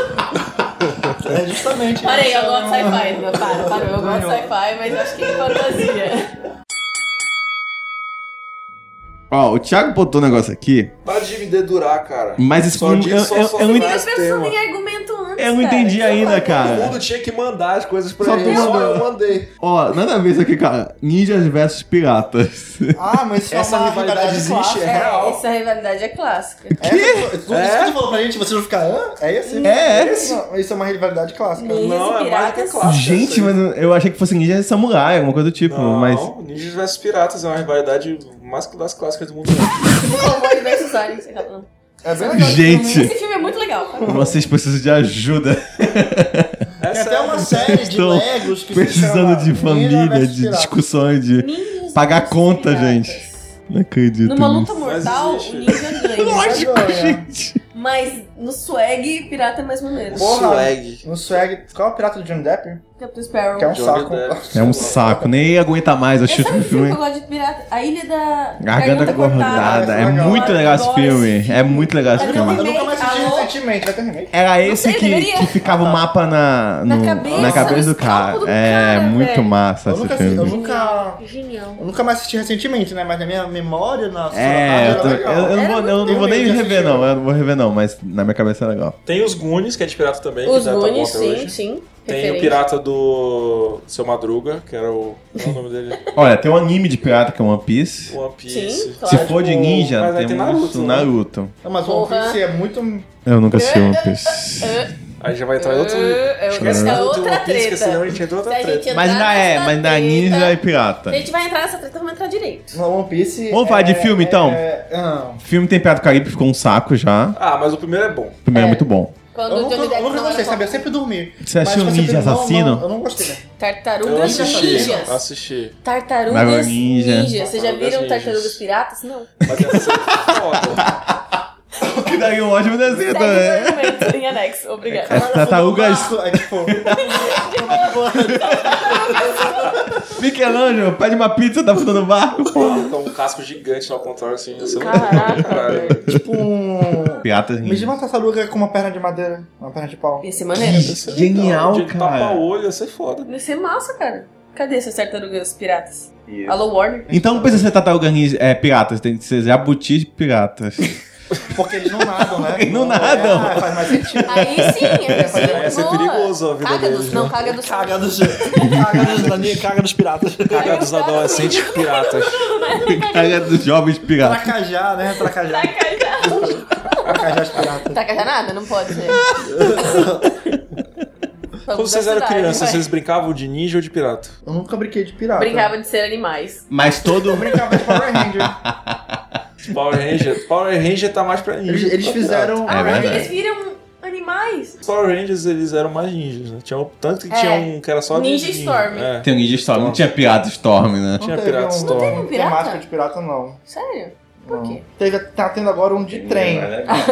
E: É justamente.
A: Parei, eu gosto de sci-fi. Não, Para, para, eu gosto de sci-fi, mas acho que é fantasia.
D: Ó, o Thiago botou um negócio aqui,
C: Para de me dedurar, cara.
D: mas esse
C: Só
D: eu,
C: diz, só-
D: eu-
C: só
D: eu não
C: se
D: entendi-
C: vai-
A: Mas
C: Esse
A: pensando
C: tema.
A: em argumento antes.
D: eu
A: cara. é
D: não entendi ainda, cara.
C: Todo mundo tinha que mandar as coisas pra
D: Só
C: ele.
D: tu
C: Só
D: mandou.
C: eu mandei.
D: Ó, nada a ver isso aqui, cara. Ninjas versus piratas.
E: Ah, mas isso
C: Essa
E: é uma
C: rivalidade existe,
E: clássica.
C: é
A: É,
C: real.
A: essa rivalidade é clássica.
E: Essa, tudo isso que
C: É?
E: você falou pra gente, vocês vão ficar. Hã? É esse?
D: É, é
E: esse. Não, isso é uma rivalidade clássica.
A: Ninjas
C: Não,
A: e
C: é mais do que
A: piratas.
C: clássico.
D: Gente, mas eu achei que fosse ninja e samurai, alguma coisa do tipo,
C: Não,
D: mas.
C: Ninjas vs Piratas é uma rivalidade mais que das clássicas do mundo.
A: Cowboy versus Alien, você tá falando.
E: É bem legal.
D: Gente,
A: Esse filme é muito legal.
D: vocês precisam de ajuda.
E: Tem
C: Essa
E: até
C: é
E: uma série de
D: Estou
E: Legos que se chama
D: Precisando de família,
E: Ninja
D: de
E: versus Pirata.
D: discussões, de.
A: Ninjas
D: Pagar
A: versus
D: conta,
A: piratas.
D: gente. Não acredito.
A: Numa luta
D: nisso.
A: mortal,
C: Mas
A: o
C: existe.
A: ninja ganha.
D: Lógico,
E: Olha.
D: gente.
A: Mas no swag, pirata é mais ou menos.
E: Porra.
C: Swag.
E: No swag. Qual é o pirata do Johnny Depp?
A: Captain Sparrow.
E: Que é um
C: Johnny
E: saco.
C: Depp.
D: É um saco, nem aguenta mais, eu
A: Esse
D: chuto
A: é
D: no
A: um filme que
D: filme.
A: eu gosto de pirata. A Ilha da
D: Garganta cortada. É
E: Esse é legal.
D: muito legal esse filme. É muito legal esse
A: Mas
E: Eu
A: não
D: filme.
A: Remake,
E: nunca mais assisti
A: alô?
E: recentemente, vai ter remake.
D: Era esse
A: sei,
D: que,
A: deveria.
D: que ficava
E: Ah, tá.
D: o mapa na,
A: Na
D: no-
A: cabeça,
D: na cabeça do
A: no
D: cara.
A: escalpo do
D: É,
A: cara,
D: muito
A: velho.
D: massa
E: Eu
D: esse
E: nunca,
D: filme.
E: eu nunca.
A: Genial.
E: Eu nunca mais assisti recentemente, né? Mas na minha memória, na
D: É, eu,
E: era
D: tô-
E: Ah, legal.
D: eu-
A: Era
D: eu não vou, eu
A: muito
D: não
E: bom.
D: vou nem
E: Eu já
D: rever,
E: assisti.
D: não. Eu não vou rever, não, mas na minha cabeça é legal.
C: Tem os Goonies, que é de pirata também,
A: Os
C: que ainda
A: Goonies,
C: tá bom até
A: sim,
C: hoje.
A: sim.
C: Tem o
A: Referente.
C: pirata do Seu Madruga, que era o. Qual é o nome dele?
D: Olha, tem um anime de pirata que é One Piece.
C: One Piece.
A: Sim,
D: Se
A: claro.
D: for de ninja,
E: é
C: mas aí
D: tem
C: tem
D: Naruto.
C: Naruto, né?
D: Naruto.
E: Não, mas One
A: Porra.
E: Piece é muito.
D: Eu nunca assisti One Piece.
C: Aí já vai entrar tá em outro.
A: É, é
C: Esquece
A: outra-
C: do
A: outra
C: One Piece, que
A: treta.
C: senão a gente entra em outra
A: Se a gente
C: treta.
D: Mas ainda
A: entrar
D: é,
A: nessa
D: mas ainda é
A: treta-
D: ninja e
A: Se
D: pirata.
A: a gente vai entrar nessa treta, vamos entrar direito.
E: No One Piece.
D: Vamos falar de filme, então?
E: é- Não.
D: Filme tem Pirata do Caribe, ficou um saco já.
C: Ah, mas o primeiro é bom.
D: O primeiro é
A: É.
D: muito bom.
A: Quando
E: Eu
A: o Johnny
E: nunca,
A: Depp
E: eu nunca
A: não é um. era
E: gostei, sabe? Eu
A: famoso.
E: sempre dormi.
D: Você assistiu
E: Mas, tipo,
D: Ninja
E: assim, não-
D: Assassino?
E: não- Eu não gostei. né?
C: Eu
A: Tartarugas
C: assisti.
A: ninjas.
C: Assisti.
A: Tartarugas
D: Tartarugas ninja.
A: ninjas. Vocês já
C: Tartarugas
A: viram
C: ninjas.
A: tartarugas piratas? Não.
C: Mas essa cena é foda.
D: Que daí um ótimo desenho
A: Segue os
D: também. É
A: argumentos em anexo. Obrigada.
E: Cara,
D: tartarugas-
E: fundo do barco, aí, tipo,
D: Michelangelo, pede uma pizza, tá ficando no barco.
C: Tá um casco gigante ao contrário, assim. Você não
A: Caraca,
C: Caralho.
A: velho.
E: tipo um.
D: Piratas
E: Me diz
D: ninja.
E: uma tartaruga com uma perna de madeira, uma perna de pau.
A: Ia ser maneiro.
C: Isso é
D: Genial,
C: legal. De
D: cara.
C: tapa-olho, ia ser é foda.
A: Ia ser massa, cara. Cadê essas tartarugas piratas? Alô, Warner?
D: Então não precisa ser tartaruga ninja, é, piratas, tem que ser jabutis piratas.
E: Porque eles não nadam, né?
D: Porque não nadam.
E: Ah, faz mais sentido.
A: Aí sim, é
E: Mas
A: pessoa
C: ia ser
A: boa.
C: perigoso a vida
A: caga
C: deles,
A: Dos, não,
C: né?
A: caga dos...
E: Caga dos. Caga dos daninhos, caga dos piratas.
C: Caga dos adolescentes
A: assim.
C: piratas.
D: Cara dos jovens piratas.
E: Tracajá, né? Tracajá. Tracajá de pirata.
A: Taca já nada? Não pode, né?
C: Quando vocês eram crianças, vocês brincavam de ninja ou de pirata?
E: Eu nunca brinquei de pirata.
A: Brincava de ser animais.
D: Mas todo
E: Eu brincava de Power Ranger.
C: De Power Ranger. Power Ranger tá mais pra ninja.
E: Eles, eles
C: Tá
E: fizeram. um
D: É
A: Mas
D: verdade.
A: eles viram animais.
C: Os Power Rangers eles eram mais ninjas, né? Tinha um, tanto que
A: É.
C: tinha um que era só de
A: Ninja
C: ninja.
A: Storm.
C: É.
D: Tem o Ninja Storm, não tinha Pirata Storm, né?
C: Tinha
E: teve
C: Pirata
E: um-
C: Storm.
A: Não teve um
E: Temática
A: pirata?
E: de pirata, não.
A: Sério? Por
E: Não.
A: quê?
E: Teve, tá tendo agora um de trem.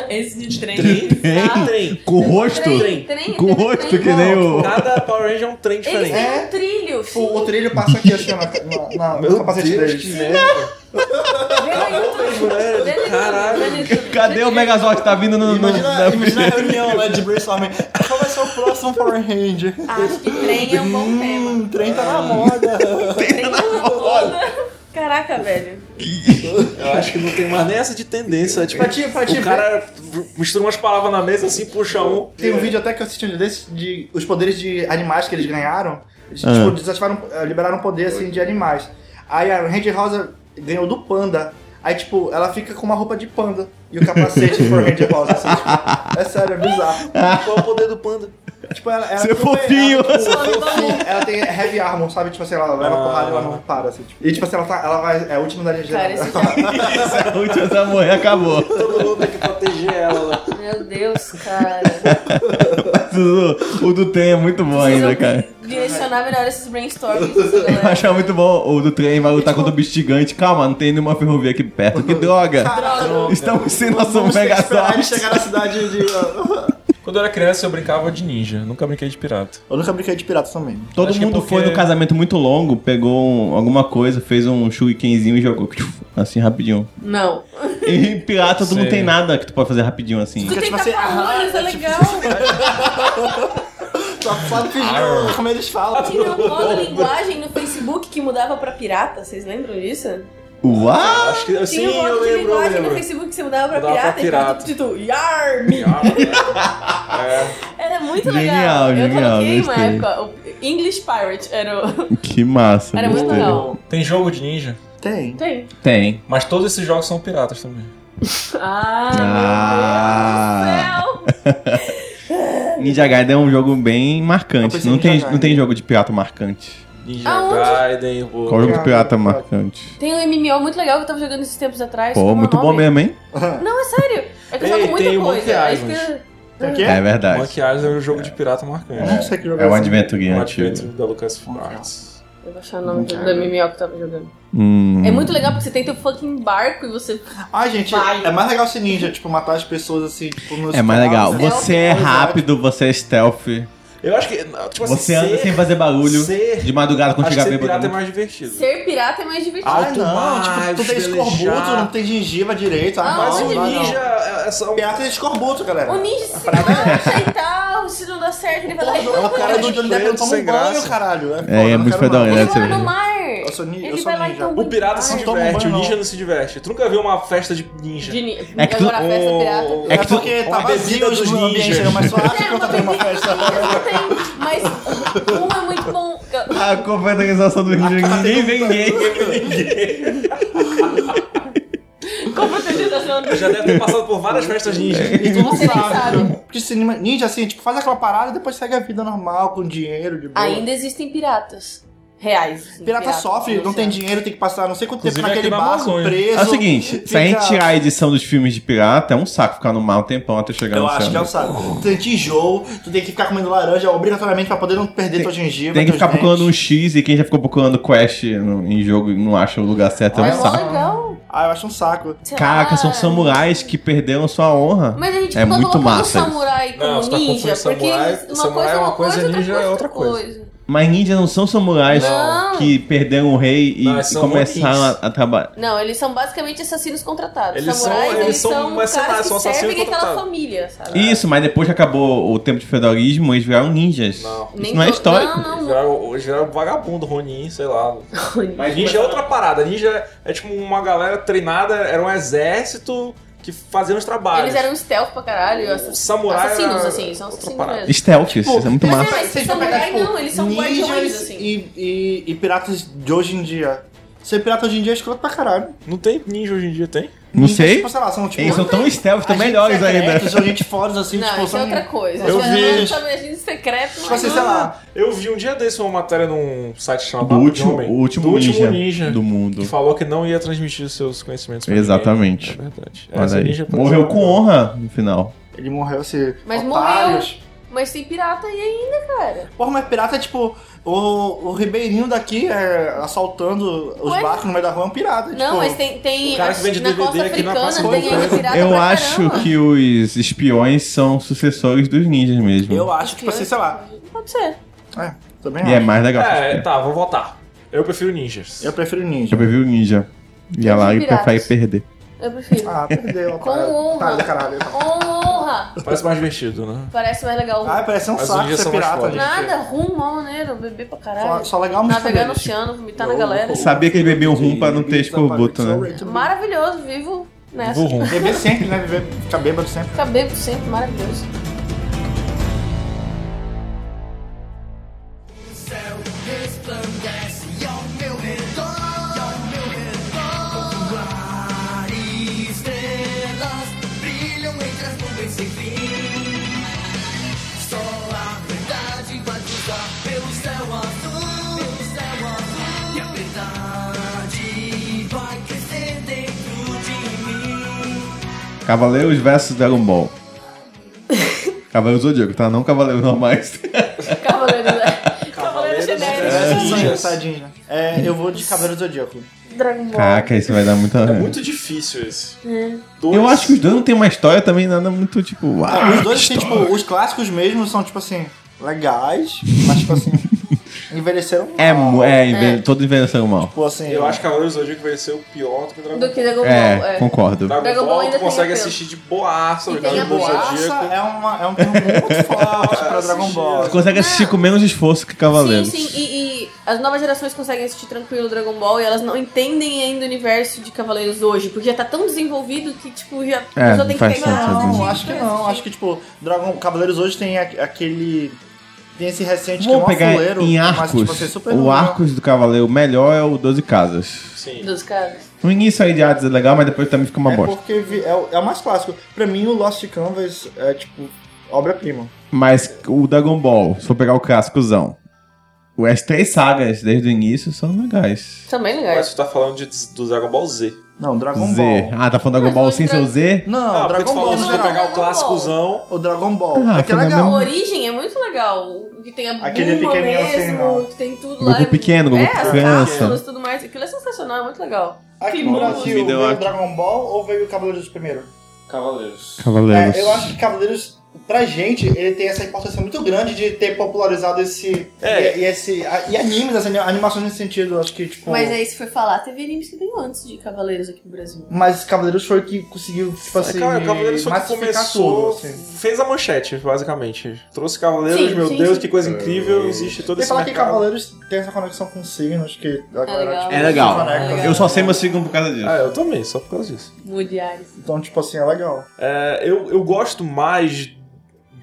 A: Esse de trem.
D: Tem?
C: Trem.
D: Com o rosto?
A: Trem, trem,
D: Com o
A: trem,
D: rosto
A: trem.
D: que nem o.
C: Cada Power Ranger é um trem
A: Eles
C: diferente.
A: têm
E: É.
A: um trilho,
E: O, o
A: filho.
E: trilho passa aqui, assim, ó, na, na, na- no capacete deles.
C: merda.
A: Vê no YouTube.
B: velho.
E: né?
A: Vê no YouTube,
B: Caralho.
A: vê no YouTube.
D: Cadê o Megazord? Tá vindo no. no-
E: Imagina,
D: na-
E: imagina a reunião lá de brainstorming. Qual vai ser o próximo Power Ranger?
G: Acho que trem é um bom tema.
E: Hum, trem tá na moda. tá
A: Tem uma roda. Caraca, velho.
B: Eu acho que não tem mais nem essa de tendência. Tipo,
E: Pra ti- pra ti
B: o cara mistura umas palavras na mesa assim, puxa um.
E: Tem um vídeo até que eu assisti um dia desse de os poderes de animais que eles ganharam. Eles, tipo, desativaram, eh, liberaram poder assim de animais. Aí a Ranger Rosa ganhou do panda. Aí, tipo, ela fica com uma roupa de panda e o capacete for Ranger Rosa. assim, tipo, é sério, é bizarro.
B: Qual é o poder do panda?
E: Tipo, ela, ela
D: Ser
E: tudo bem,
D: fofinho.
E: Ela, tipo, fofinho. ela tem heavy armor, sabe? Tipo assim, ela leva porrada e ela não para. Assim, tipo. E tipo assim, ela, tá, ela vai. É a última da linha de
A: Cara, esse cara.
D: Isso é a última da morrer, acabou.
B: Todo mundo tem que proteger ela. Né?
A: Meu Deus, cara.
D: O do- O do trem é muito bom ainda, cara.
A: Direcionar melhor esses brainstormings. dessa
D: Eu
A: galera.
D: achava muito bom o do trem vai lutar contra o bistigante. Calma, não tem nenhuma ferrovia aqui perto. Que droga! Estamos sem nosso
E: Vamos ter que esperar ele
D: Megazord.
E: chegar na cidade de.
C: Quando eu era criança, eu brincava de ninja. Nunca brinquei de pirata.
E: Eu nunca brinquei de pirata também.
D: Todo
C: Acho que é
D: mundo foi
C: porque-
D: no casamento muito longo, pegou um- alguma coisa, fez um shurikenzinho e jogou. Assim, rapidinho.
A: Não.
D: E pirata, todo mundo
C: Sei.
D: tem nada que tu pode fazer rapidinho assim.
A: Tu tem
E: tipo
A: que
E: assim,
A: tapar olhos, é legal.
E: Só sabe
D: Ah, é.
E: fingir como eles falam.
A: Tinha uma moda linguagem no Facebook que mudava pra pirata, vocês lembram disso?
D: Uau!
B: Acho que
C: assim,
B: sim,
A: Tinha um
B: eu
A: modo de
B: lembro, eu
A: linguagem no
B: lembro.
A: Facebook que você mudava pra
B: Mudava pra
A: pirata
B: pirata.
A: e ficava tipo, Yarm!
C: Ah, é.
A: Era muito legal.
D: Genial, genial,
A: eu coloquei uma
D: gostei.
A: época, o English Pirate era o...
D: Que massa.
A: Era é muito Então,
D: gostei.
A: legal.
C: Tem jogo de ninja,
E: Tem.
A: Tem.
D: Tem.
C: mas todos esses jogos são piratas também.
A: Ah, meu Deus do céu!
D: Ninja Gaiden é um jogo bem
E: Eu
D: marcante.
E: pensei
D: Não
E: em Ninja
D: tem,
E: Gaiden.
D: não tem jogo de pirata marcante.
C: Ninja
A: Aonde?
C: Gaiden, pô.
D: Qual jogo de
E: Ninja
D: pirata
E: Gaiden.
D: marcante?
A: Tem um MMO muito legal que eu tava jogando esses tempos atrás.
D: Pô,
A: como é o
D: muito bom
A: nome?
D: mesmo, hein?
A: Não, é sério. É que eu
B: Ei,
A: jogo muita
B: tem um o Monkey
A: coisa. Aí
B: Island.
A: fica-
E: Tem o quê?
D: É verdade.
C: Monkey Island é um jogo de pirata marcante.
E: Não sei que jogo
D: É um
E: esse.
D: Adventure Game
C: Um
D: antigo.
C: adventure da LucasArts.
A: Eu vou achar o nome do do MMO que eu tava jogando.
D: Hum.
A: É muito legal porque você tem teu fucking barco e você.
E: Ah, gente,
A: Vai.
E: é mais legal ser ninja, tipo, matar as pessoas assim, tipo, nos
D: É mais legal.
E: canais,
A: um
D: Você é
E: Exato.
D: rápido, você é stealth.
B: Eu acho que, tipo assim,
D: Você anda
B: ser-
D: sem fazer barulho.
B: ser-
D: De madrugada quando
B: acho que
D: chegar
B: ser pirata é
D: bêbado.
B: mais divertido.
A: Ser pirata é mais divertido.
E: Ah,
B: Alto
E: não,
B: mar,
E: tipo, tu tem escorbuto,
B: velejar.
E: não tem gengiva direito. Ah,
A: Ah,
E: não,
B: Mas
A: onde
B: o
E: não, dá,
B: ninja
E: não.
B: é, é só um
E: Pirata é escorbuto, galera.
A: O ninja se acha e tal, se não dá certo, ele vai lá e
E: É o cara do Johnny Depp não toma
B: sem
E: um banho,
B: graça.
E: caralho. É, foda,
D: é
E: não
D: muito
E: quero
D: fedorento,
E: não.
A: Ele
D: né?
A: mora no mar.
E: Eu sou ninja, eu
A: Ele
E: sou
A: vai lá e
E: ninja.
A: toma
B: O pirata se
E: Não toma
B: diverte,
E: banho,
B: o ninja
E: não.
B: não se diverte. Tu nunca viu uma festa de ninja.
A: De ni-
D: É que tu-
A: Agora a festa
B: Oh,
A: pirata.
B: oh,
E: É
B: Uma
E: porque tá
B: bebida
E: vazio
B: dos
E: os ambientes,
B: ninjas.
E: mas só acha que
A: É,
E: eu
A: uma
E: tô tendo uma
A: bebida que
E: festa.
A: não tem, mas um é muito bom.
D: A confraternização do Rio ninguém vem ninguém.
A: Como a
C: é
A: tentação do
B: Já deve ter passado por várias festas ninja.
E: E tu não
A: Você nem
E: sabe.
A: sabe.
E: Porque se ninja, assim, tipo, faz aquela parada e depois segue a vida normal, com dinheiro, de boa.
A: Ainda é existem piratas. Reais. assim,
E: Pirata
A: piratas,
E: sofre, não tem
A: sei.
E: dinheiro, tem que passar não sei quanto
C: Inclusive,
E: tempo naquele
C: aqui na
E: barco
C: Amazônia.
E: preso.
D: É o seguinte, se a gente tirar a edição dos filmes de pirata, é um saco ficar no mar um tempão até chegar
E: Eu
D: no
E: acho que
D: céu.
E: é o saco. Tu tem tijolo, tu tem que ficar comendo laranja obrigatoriamente pra poder não perder
D: Tem-
E: tua gengiva.
D: Tem que
E: teus
D: ficar
E: dentes.
D: procurando um X e quem já ficou procurando quest no- em jogo e não acha o lugar certo é um
E: Olha
A: É mó
E: lá.
D: saco.
A: legal.
E: Ah, eu acho um saco.
A: sei
D: Caraca,
A: lá.
D: são samurais que perderam sua honra.
A: Mas a gente
D: É
A: não
D: muito
A: colocou
D: massa
A: o
D: isso.
A: samurai como
C: Não, você tá
A: ninja,
C: confundindo
A: porque
C: samurai-
A: eles- uma
C: samurai
A: coisa
C: é
A: é
C: uma
A: uma
C: coisa,
A: coisa,
C: ninja é outra coisa.
D: Mas ninjas não são samurais
A: Não.
D: que perderam o rei e,
C: Não,
D: e
C: são
D: começaram a,
C: monins.
D: a trabalhar.
A: Não, eles são basicamente assassinos contratados.
C: Eles são-
A: Samurais,
C: eles
A: eles
C: são
A: são
C: mercenários,
A: caras
C: são
A: que
C: assassinos
A: servem aquela
C: contratados.
A: família, sabe?
D: Isso, mas depois que acabou o tempo de feudalismo, eles viraram ninjas.
C: Não.
D: Isso não é
A: to-
D: histórico.
A: Não, não,
C: Eles viraram, eles viraram vagabundo, Ronin, sei lá.
A: Ronin.
C: Mas ninja é outra parada. Ninja é tipo uma galera treinada, era um exército que fazia os trabalhos.
A: Eles eram stealth pra caralho. assa-
C: É, Samurai era
A: assassinos, assim, são
C: outra
A: assassinos
C: parada.
A: mesmo.
D: Stealth, isso é muito
A: mas é
D: massa.
A: mais-
E: Vocês
A: samurai
E: vão pegar, tipo,
A: não, eles são guardiões, assim.
E: E, e, e piratas de hoje em dia. Ser pirata hoje em dia é escroto pra caralho.
C: Não tem ninja hoje em dia, tem?
D: Não
E: Ninjas,
D: sei.
E: Tipo, sei lá, são tipo.
D: Eles são tão stealth, tão
E: é
D: melhores ainda.
E: São gente fodas assim,
A: Não,
E: tipo,
A: isso é
E: são.
A: outra coisa.
E: Eu
A: As
E: vi.
A: pessoas não sabem agir secreto,
E: Tipo
A: mas
E: assim, sei lá.
C: Eu vi um dia desse uma matéria num site chamado
D: Do
C: Papo de
D: último,
C: Homem,
D: o último,
C: do
D: ninja,
C: último ninja
D: do mundo.
C: que falou que não ia transmitir os seus conhecimentos pra
D: Exatamente.
C: Ninguém. É verdade. Essa
D: Olha aí.
C: ninja, por
D: Morreu
C: exemplo,
D: com honra no final.
E: Ele morreu assim.
A: Mas
E: otários.
A: Mas tem pirata aí ainda, cara.
E: Porra, mas pirata é tipo. O, o Ribeirinho daqui é, assaltando os
A: Ué?
E: barcos no meio da rua é um pirata.
A: Não,
E: tipo,
A: mas tem. tem
C: o cara que
A: acho-
C: vende
A: na
C: DVD
A: costa
E: é
C: aqui na
A: africana
C: Praça
A: tem
E: né?
C: Boa.
A: aí pirata
D: Eu
A: pra
D: acho
A: caramba.
D: que os espiões são sucessores dos ninjas mesmo.
E: Eu acho, tipo assim, sei lá.
A: Pode ser.
E: É, também
D: E é
E: acho.
D: mais legal. que
C: É,
D: espião.
C: tá, vou votar. Eu prefiro ninjas.
E: Eu prefiro ninja.
D: Eu prefiro ninja. E a Lari
A: Piratas.
D: prefere perder.
A: Eu prefiro.
E: Ah, perdeu.
A: Com honra.
E: Tá do caralho.
A: Honra!
C: Parece mais divertido, né?
A: Parece mais legal.
E: Ah, parece um
C: Mas hoje
E: saco
C: já
E: ser
C: são mais
E: pirata,
C: fodas.
E: gente.
A: Nada, rum, mal maneiro, beber pra
E: Só,
A: caralho.
E: só legal música
A: Navegar no
E: deles.
A: oceano, vomitar na galera.
D: Sabia que ele bebeu rum pra não ter escorbuto, né?
A: Maravilhoso, vivo nessa.
C: Vou rum.
E: Beber sempre, né? Beber, ficar bêbado sempre.
A: Ficar bebo sempre, maravilhoso.
D: Cavaleiros versus Dragon Ball. Cavaleiros Zodíaco, tá? Não Cavaleiros normais.
A: Cavaleiro, Cavaleiro
E: É,
A: genérico.
E: são engraçadinhos, né? É, eu vou de Cavaleiro do Zodíaco.
A: Dragon Ball.
D: Caraca, isso vai dar muita.
C: É muito difícil esse.
A: É.
C: Dois.
D: Eu acho que os dois não tem uma história também, nada muito tipo. uau,
E: Os dois, assim, tipo, os clássicos mesmo são, tipo assim, legais, mas, tipo assim, envelheceram
D: É, mu- é, enve-
A: É.
D: todo envelhecendo mal.
E: Tipo assim,
C: Eu acho que Cavaleiros do Zodíaco vai ser o pior do que
A: Do
C: Dragon Ball.
A: que Dragon Ball.
D: É,
A: É.
D: concordo.
E: Tá.
C: Dragon
A: Dragon Ball
C: Ball
A: ainda
C: tu
A: tem
C: consegue
A: apelo.
C: assistir de boaça
A: E
C: o
A: tem
C: Dragon Ball
A: a
E: Nossa,
C: Zodíaco. É,
E: é, uma, é um termo muito forte pra Dragon Ball.
D: Tu consegue assistir com menos esforço que Cavaleiros.
A: Sim, sim, e, e as novas gerações conseguem assistir tranquilo Dragon Ball e elas não entendem ainda o universo de Cavaleiros hoje, porque já tá tão desenvolvido que, tipo, já a
D: É,
A: pessoa tem que
D: faz
A: pegar.
D: sentido.
A: um
E: Não,
A: motivo
E: acho que
A: pra
E: não.
A: assistir.
E: Acho que, tipo, Dragon Cavaleiros hoje tem a- aquele. Tem esse recente
D: Vamos
E: que é um
D: pegar
E: fuleiro,
D: em
E: mas, tipo, assim,
D: arcos.
E: super
D: o
E: normal.
D: arcos do Cavaleiro melhor é o 12 Casas.
C: Sim.
A: Dos caras.
D: No início aí de artes é legal, mas depois também fica uma
E: é
D: bosta.
E: porque vi- é, o- é o mais clássico. Pra mim, o Lost Canvas é, tipo, obra-prima.
D: Mas o Dragon Ball, se for pegar o clássicozão, as três sagas desde o início são legais.
A: Também legais.
C: Mas tu tá falando de- do Dragon Ball Z.
E: Não, Dragon
D: Z.
E: Ball.
D: Ah, tá falando Dragon
A: Mas
D: Ball
A: o
D: sem ser
A: Dra-
D: o Z?
E: Não,
C: ah, porque
E: Dragon
C: tu
E: Ball
C: falou,
E: no
C: se tu
E: geral.
C: pegar o clássicozão,
E: O Dragon Ball.
D: Ah,
E: é que é
D: foi
A: A
E: legal.
D: mesmo-
A: origem é muito legal. o Que tem a
E: Aquele
A: Bulma
E: pequenininho assim,
A: mesmo,
E: não.
A: que tem tudo lá.
D: Goku pequeno, Goku
A: é, as
D: criança.
A: cápsulas e tudo mais. Aquilo é sensacional, é muito legal.
E: Aqui no
A: Nossa,
E: Brasil,
D: vida, eu
E: veio o
D: acho.
E: Dragon Ball ou veio o Cavaleiros primeiro?
C: Cavaleiros.
D: Cavaleiros.
E: É, eu acho que Cavaleiros, pra gente, ele tem essa importância muito grande de ter popularizado esse.
C: É.
E: E, e esse a- e animes, assim, animações nesse sentido, acho que, tipo.
A: Mas aí, se for falar, teve animes que veio antes de Cavaleiros aqui no Brasil.
E: Mas Cavaleiros foi o que conseguiu, tipo assim,
C: É, cara, Cavaleiros foi que
E: massificar
C: começou,
E: tudo, assim.
C: fez a manchete, basicamente. Trouxe Cavaleiros,
A: Sim,
C: meu
A: sim,
C: Deus,
A: sim.
C: que coisa incrível, existe todo
E: E
C: esse
E: falar que
C: mercado.
E: Cavaleiros tem essa conexão com signos, que a galera,
A: legal.
E: tipo,
D: É
E: se
D: legal.
E: conecta,
A: legal.
E: assim.
D: Eu só sei meu signo por causa disso.
C: Ah, eu também, só por causa disso.
A: Woody Ares.
E: Então, tipo assim, é legal.
C: É, eu, eu gosto mais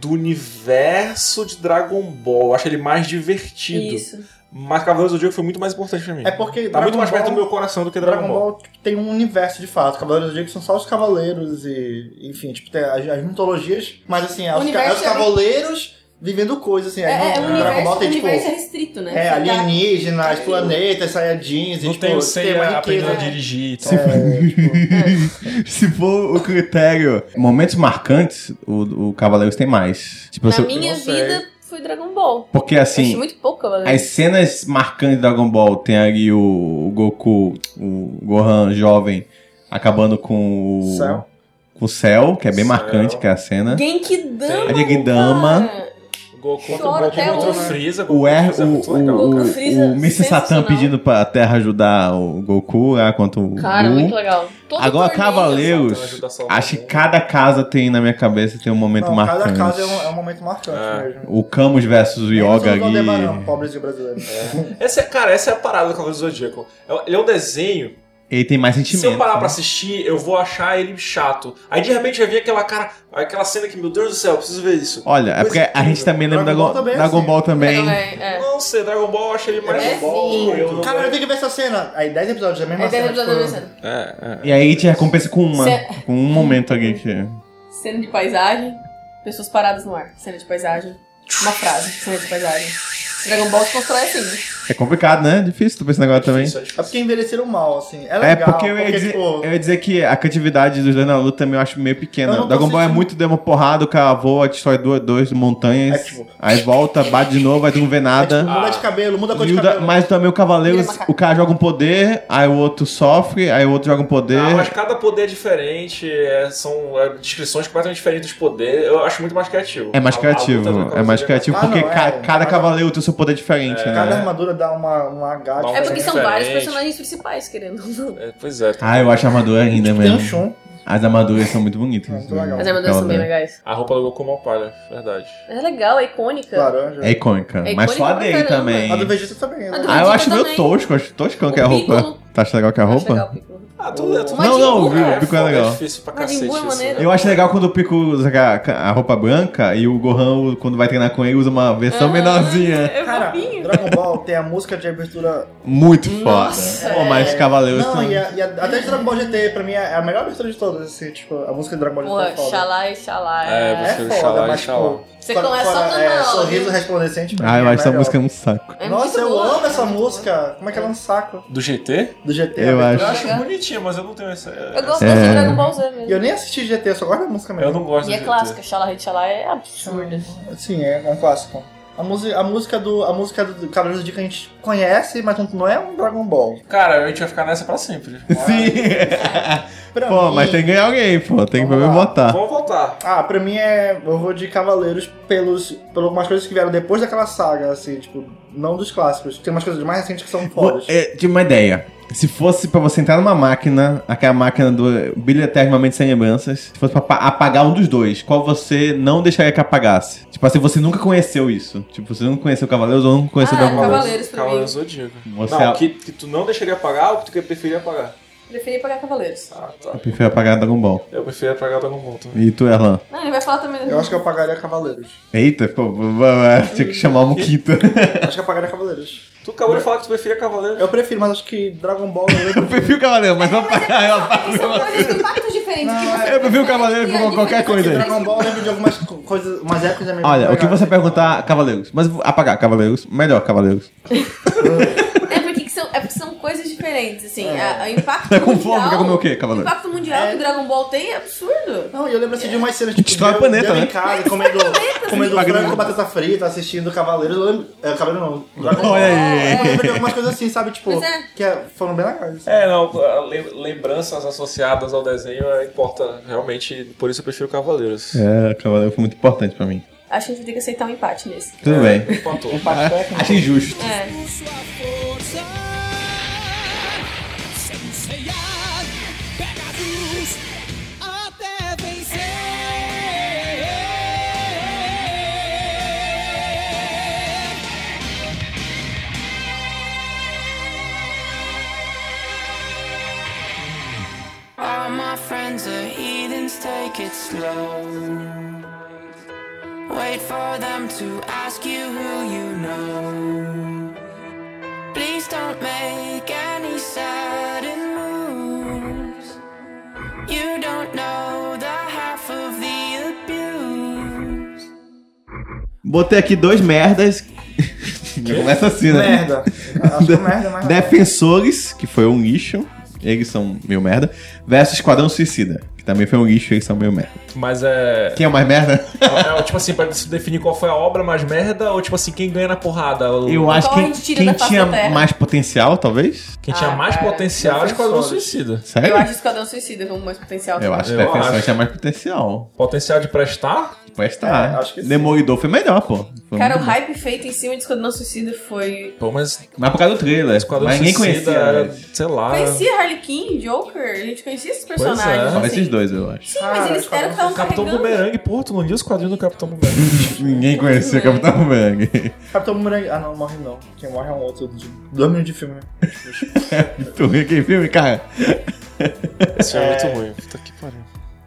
C: do universo de Dragon Ball, eu acho ele mais divertido.
A: Isso.
C: Mas Cavaleiros do Zodíaco foi muito mais importante pra mim.
E: É porque
C: Tá muito mais
E: Ball,
C: perto do meu coração do que
E: Dragon,
C: Dragon, Ball.
E: Ball tipo, tem um universo de fato. Cavaleiros do Zodíaco são só os cavaleiros e, enfim, tipo, tem as, as mitologias, mas assim, é
A: O
E: os, ca- é os
A: universo é-
E: cavaleiros vivendo coisas assim.
A: É,
E: aí
A: é, o
E: no Dragon
A: universo,
E: Ball
A: o
E: tem tipo
A: universo é restrito, né?
E: é,
A: Você tá-
E: alienígenas, planetas, saiyajins, e,
C: Não
E: tipo,
C: tem o
E: uma
C: Seiya aprendendo a
E: riqueza. né?
C: dirigir e tal.
E: É, tipo,
D: Se for o critério. Momentos marcantes, o, o Cavaleiros tem mais. Tipo,
A: Na
D: você-
A: minha
C: não sei.
A: vida foi Dragon Ball.
D: Porque
A: Sim. Acho
D: assim,
A: muito pouco Cavaleiros.
D: as cenas marcantes de Dragon Ball tem ali o, o Goku, o Gohan jovem, acabando com o.
E: Cell.
D: Com o Cell, que é bem
C: Cell.
D: marcante, que é a cena.
A: Genkidama.
D: A Genkidama.
A: cara.
C: Goku
A: Choro
C: Goku
A: até
C: contra o
A: hoje.
C: Freeza. Goku
D: O R, o,
C: contra Freeza é muito legal,
D: o, o,
C: cara.
A: O Freeza,
D: o Mr. Satan
A: sensacional.
D: pedindo pra Terra ajudar o Goku lá contra o.
A: Cara,
D: Buu.
A: muito legal. Todo torneio- né,
D: Agora,
C: Satan ajuda um a
D: Cavaleiros,
C: salvar
D: acho
C: o
D: que
C: mundo.
D: cada casa tem na minha cabeça tem um momento
E: não,
D: marcante.
E: cada caso é um, é um momento marcante
C: É.
E: mesmo.
D: O Camus versus o Yoga
E: Menos o Aldebaran,
D: ali.
E: pobres e brasileiros.
C: Essa é, cara, essa é a parada do Cavaleiros do Zodíaco. É- Ele é um desenho.
D: Ele tem mais
C: que
D: sentimento.
C: Se eu parar
D: né?
C: pra assistir, eu vou achar ele chato. Aí de repente vai vir aquela cara, aquela cena que, meu Deus do céu, eu preciso ver isso.
D: Olha, é porque a gente também lembra
E: Dragon Ball
D: Dragon,
E: também é
D: Dragon
E: assim.
D: Ball também.
A: Não, é, é.
C: Não sei, Dragon Ball eu achei ele mais
A: É
C: bom.
A: sim.
C: Eu não
E: Cara, eu tenho que ver essa cena. Aí 10 episódios da mesma
A: É
E: cena.
A: dentro da
E: tipo,
A: adolescência.
C: É,
D: E aí te recompensa com uma.
A: Cê-
D: Com um momento ali que.
A: Cena de paisagem, pessoas paradas no ar. Cena de paisagem. Uma frase, cena de paisagem. Dragon Ball se constrói assim.
D: É complicado, né? Difícil tu pensar agora também.
C: Isso é
E: É
C: difícil.
E: porque envelheceram mal, assim. É legal,
D: É porque eu ia, dizer, é
E: tipo,
D: eu ia dizer que a criatividade dos dois na luta também eu acho meio
E: Eu
D: pequena.
E: não
D: Dragon Ball é
E: consigo-
D: muito deu uma porrada, o cara voa, destrói duas, dois montanhas,
E: É tipo-
D: aí volta, bate de novo, aí tu não vê
E: é,
D: nada.
E: tipo, muda de cabelo, muda a cor
D: E
E: de
D: o da-
E: cabelo.
D: mas também o Cavaleiros,
A: Vira macaco.
D: o cara joga um poder, aí o outro sofre, aí o outro joga um poder.
C: Ah, mas cada poder é diferente, é, são é, descrições completamente diferentes dos poderes. Eu acho muito mais criativo.
D: É mais
C: A- a
D: criativo,
C: luta do
D: é mais
C: Cavaleiros do
D: criativo
E: Ah,
D: porque
E: não, é,
D: ca-
E: é.
C: É.
D: cada cavaleiro tem o seu poder diferente,
E: Cada
D: né?
E: armadura dá uma, uma né? gata.
A: É porque são vários
C: Diferente.
A: personagens principais, querendo. ou não.
C: É, pois é.
D: Ah, eu acho a armadura ainda
E: Tem um
D: mesmo.
E: chum.
D: As armaduras são muito bonitas.
E: É, muito legal.
A: As armaduras
D: né?
A: são bem legais.
C: A roupa do Goku é uma palha, verdade.
A: É legal, é icônica.
E: Laranja.
D: É icônica.
A: É
D: Mas só a
A: icônica pra
D: dele
A: caramba.
D: também.
E: A do Vegeta também. né?
A: A do
D: Ah, eu
A: Vegeta
D: acho meio
A: também.
D: tosco, acho toscão que é a
A: O
D: roupa.
A: Piccolo.
D: Tá achando legal que é a
A: Eu acho
D: roupa?
A: legal o Piccolo.
C: Ah, tudo é tudo
A: Majin
D: Não, não,
A: Buu,
D: o Pico
A: cara.
D: é, legal.
C: difícil pra
A: Majin
C: cacete assim.
A: Buu é
C: isso.
A: maneiro.
D: Eu acho legal quando o Pico usa a, a roupa branca e o Gohan, quando vai treinar com ele, usa uma versão
A: Aham,
D: menorzinha.
A: É
E: Cara,
A: fofinho.
E: Dragon Ball tem a música de abertura.
D: Muito
A: Nossa, é.
D: foda. Pô, mas Cavaleiros
E: Não,
D: também.
E: e, a- e a- até de Dragon Ball GT, pra mim, é a melhor abertura de todas. Assim, tipo, a música de Dragon Ball GT
A: Porra,
E: é foda.
A: xalá e xalá.
C: É,
E: É
C: você-
A: É,
C: Prefiro
E: foda,
C: Xalá e
E: mas
C: Xalá.
E: tipo.
A: Você
E: quando-
A: começa
E: quando-
A: a cantar
E: é,
A: ela,
E: Sorriso
A: né?
E: resplandecente. pra
D: Ah, eu
E: mim é
D: acho essa
E: melhor.
D: música um saco.
A: é
E: Nossa,
A: muito
E: eu
A: boa.
E: amo essa música. Como é que ela é um saco
C: Do GT?
E: do GT?
D: Eu
E: a
D: acho.
C: Eu
E: abertura?
C: acho bonitinha, mas eu não tenho essa.
A: Eu gosto
D: É.
A: mais do Dragon Ball Z
E: E eu
A: mesmo.
E: nem assisti GT, eu só gosto da música mesmo.
C: Eu não gosto
A: E
C: do
A: é
C: GT.
A: clássica, xalá e xalá é absurda.
E: Sim, é é um clássico. A, musi- a música do a música do Cavaleiros do Dia que a gente conhece, mas não- não é um Dragon Ball.
C: Cara, a gente vai ficar nessa pra sempre.
D: Sim.
E: Pra
D: pô,
E: mim,
D: mas tem que ganhar alguém, pô. Tem que
E: Vamos
D: me
E: lá.
D: botar.
C: Vamos voltar.
E: Ah, pra mim é. Eu vou de Cavaleiros pelos, por algumas coisas que vieram depois daquela saga, assim, tipo, não dos clássicos. Tem umas coisas mais recentes que são
D: Pô,
E: fodas.
D: é, tive uma ideia. Se fosse pra você entrar numa máquina, aquela máquina do Brilho Eternamente Sem Lembranças, se fosse pra pa- apagar um dos dois, qual você não deixaria que apagasse? Tipo assim, você nunca conheceu isso. Tipo, você nunca conheceu Cavaleiros ou nunca conheceu
A: Ah,
D: Dragon Ball.
A: Cavaleiros pra
C: Cavaleiros
A: mim.
C: Zodíaco.
D: Você é
C: não,
D: a-
C: que, que tu não deixaria apagar ou que tu que preferia apagar?
A: Preferi pagar Cavaleiros.
C: Ah,
D: Eu
C: tá.
D: prefiro apagar Dragon Ball.
C: Eu preferia apagar Dragon Ball também.
D: E tu, Erlan?
A: Não, ele vai falar também.
E: Eu acho que eu apagaria Cavaleiros.
D: Eita, pô, tinha que chamar um quinto.
E: acho que eu apagaria Cavaleiros.
C: Tu acabou de falar que tu preferia Cavaleiros.
E: Eu prefiro, mas acho que Dragon Ball. eu
D: Eu
E: lembro-
D: prefiro o Cavaleiro, mas vou apagar, eu apago.
H: São coisas com impactos diferentes. que
E: Não,
H: você
D: eu prefiro o
H: prefere
D: Cavaleiro
H: e
D: como
H: a
D: qualquer
H: diferença
D: coisa.
H: entre
E: Dragon Ball eu lembro de algumas co- coisas, umas épocas da minha
D: Olha, o que você
E: perguntou
D: perguntar, Cavaleiros, mas vou apagar Cavaleiros, melhor Cavaleiros.
A: É porque, que são, é porque são coisas diferentes, assim.
E: É.
A: A- a- o impacto
D: Tá com fome,
A: mundial-
D: quer comer o quê,
A: O
D: Cavaleiros?
A: impacto mundial
E: É.
A: que o Dragon Ball tem é absurdo.
E: Não, e eu lembro assim de umas cenas, tipo,
D: Destrói
E: de
D: o planeta,
E: de eu
D: né?
E: em casa, comendo, comendo
D: Magrinho.
E: frango com batata frita, assistindo Cavaleiros, eu lembro, é, Cavaleiros não, Dragon Ball.
D: Olha
E: Eu
D: aí.
E: lembro de algumas coisas assim, sabe, tipo,
A: Pois é.
E: que é- foram bem legais.
C: É, não, a lem- lembranças associadas ao desenho é, importa realmente, por isso eu prefiro Cavaleiros.
D: É, Cavaleiro foi muito importante pra mim.
A: Acho que a gente tem que aceitar um empate nesse.
D: Tudo bem.
C: É, Empatou.
D: Acho injusto.
A: É.
I: All my friends are heathens, take it slow. Wait for them to ask you who you know. Please don't make any sudden moves. You don't know the half of the abuse.
D: Botei aqui dois merdas. Já Começa assim, né?
E: Merda. Acho que é merda, mas...
D: Defensores, que foi um lixo. Eles são meio merda. Versus Esquadrão Suicida, que também foi um lixo, eles são meio merda.
C: Mas é,
D: Quem é o mais merda?
C: é. Tipo assim, pra se definir qual foi a obra mais merda ou tipo assim, quem ganha na porrada? O-
D: Eu acho
A: Qual a gente
D: que
A: tira
D: quem
A: da face
D: tinha
A: da Terra?
D: mais potencial, talvez.
C: Quem tinha
A: Ah,
C: mais
A: cara,
C: potencial é Esquadrão
E: defensores.
C: Suicida.
D: Sério?
A: Eu acho o Esquadrão Suicida como mais potencial.
D: É. Eu acho que
C: Eu
D: Defensores
C: acho.
D: tinha mais potencial.
C: Potencial de prestar?
D: Pode estar.
E: É, acho que sim.
D: Demolidor foi melhor, pô. Foi
A: Cara, o
D: muito é um bom.
A: hype feito em cima de Esquadrão Suicida foi.
C: Pô, mas
D: Mas por causa do trailer.
C: Esquadrão
D: É, mas ninguém
C: Suicida
D: conhecia.
C: era,
D: né?
C: sei lá.
A: Conhecia Harley Quinn, Joker, a gente conhecia esses
C: Ah. é.
A: personagens.
D: Só
A: assim.
D: esses dois, eu acho.
A: Sim, mas
E: Ah,
A: eles eram que estavam
C: Capitão
A: carregando.
C: Boomerang, pô, tu não lia os quadrinhos do Capitão Boomerang.
D: Ninguém conhecia Capitão Boomerang.
E: Capitão Boomerang... Ah, não, morre não. Quem morre é um outro. De... Dois minutos de filme, né?
D: Muito ruim aquele filme, cara.
C: Esse filme é muito ruim. Puta que pariu.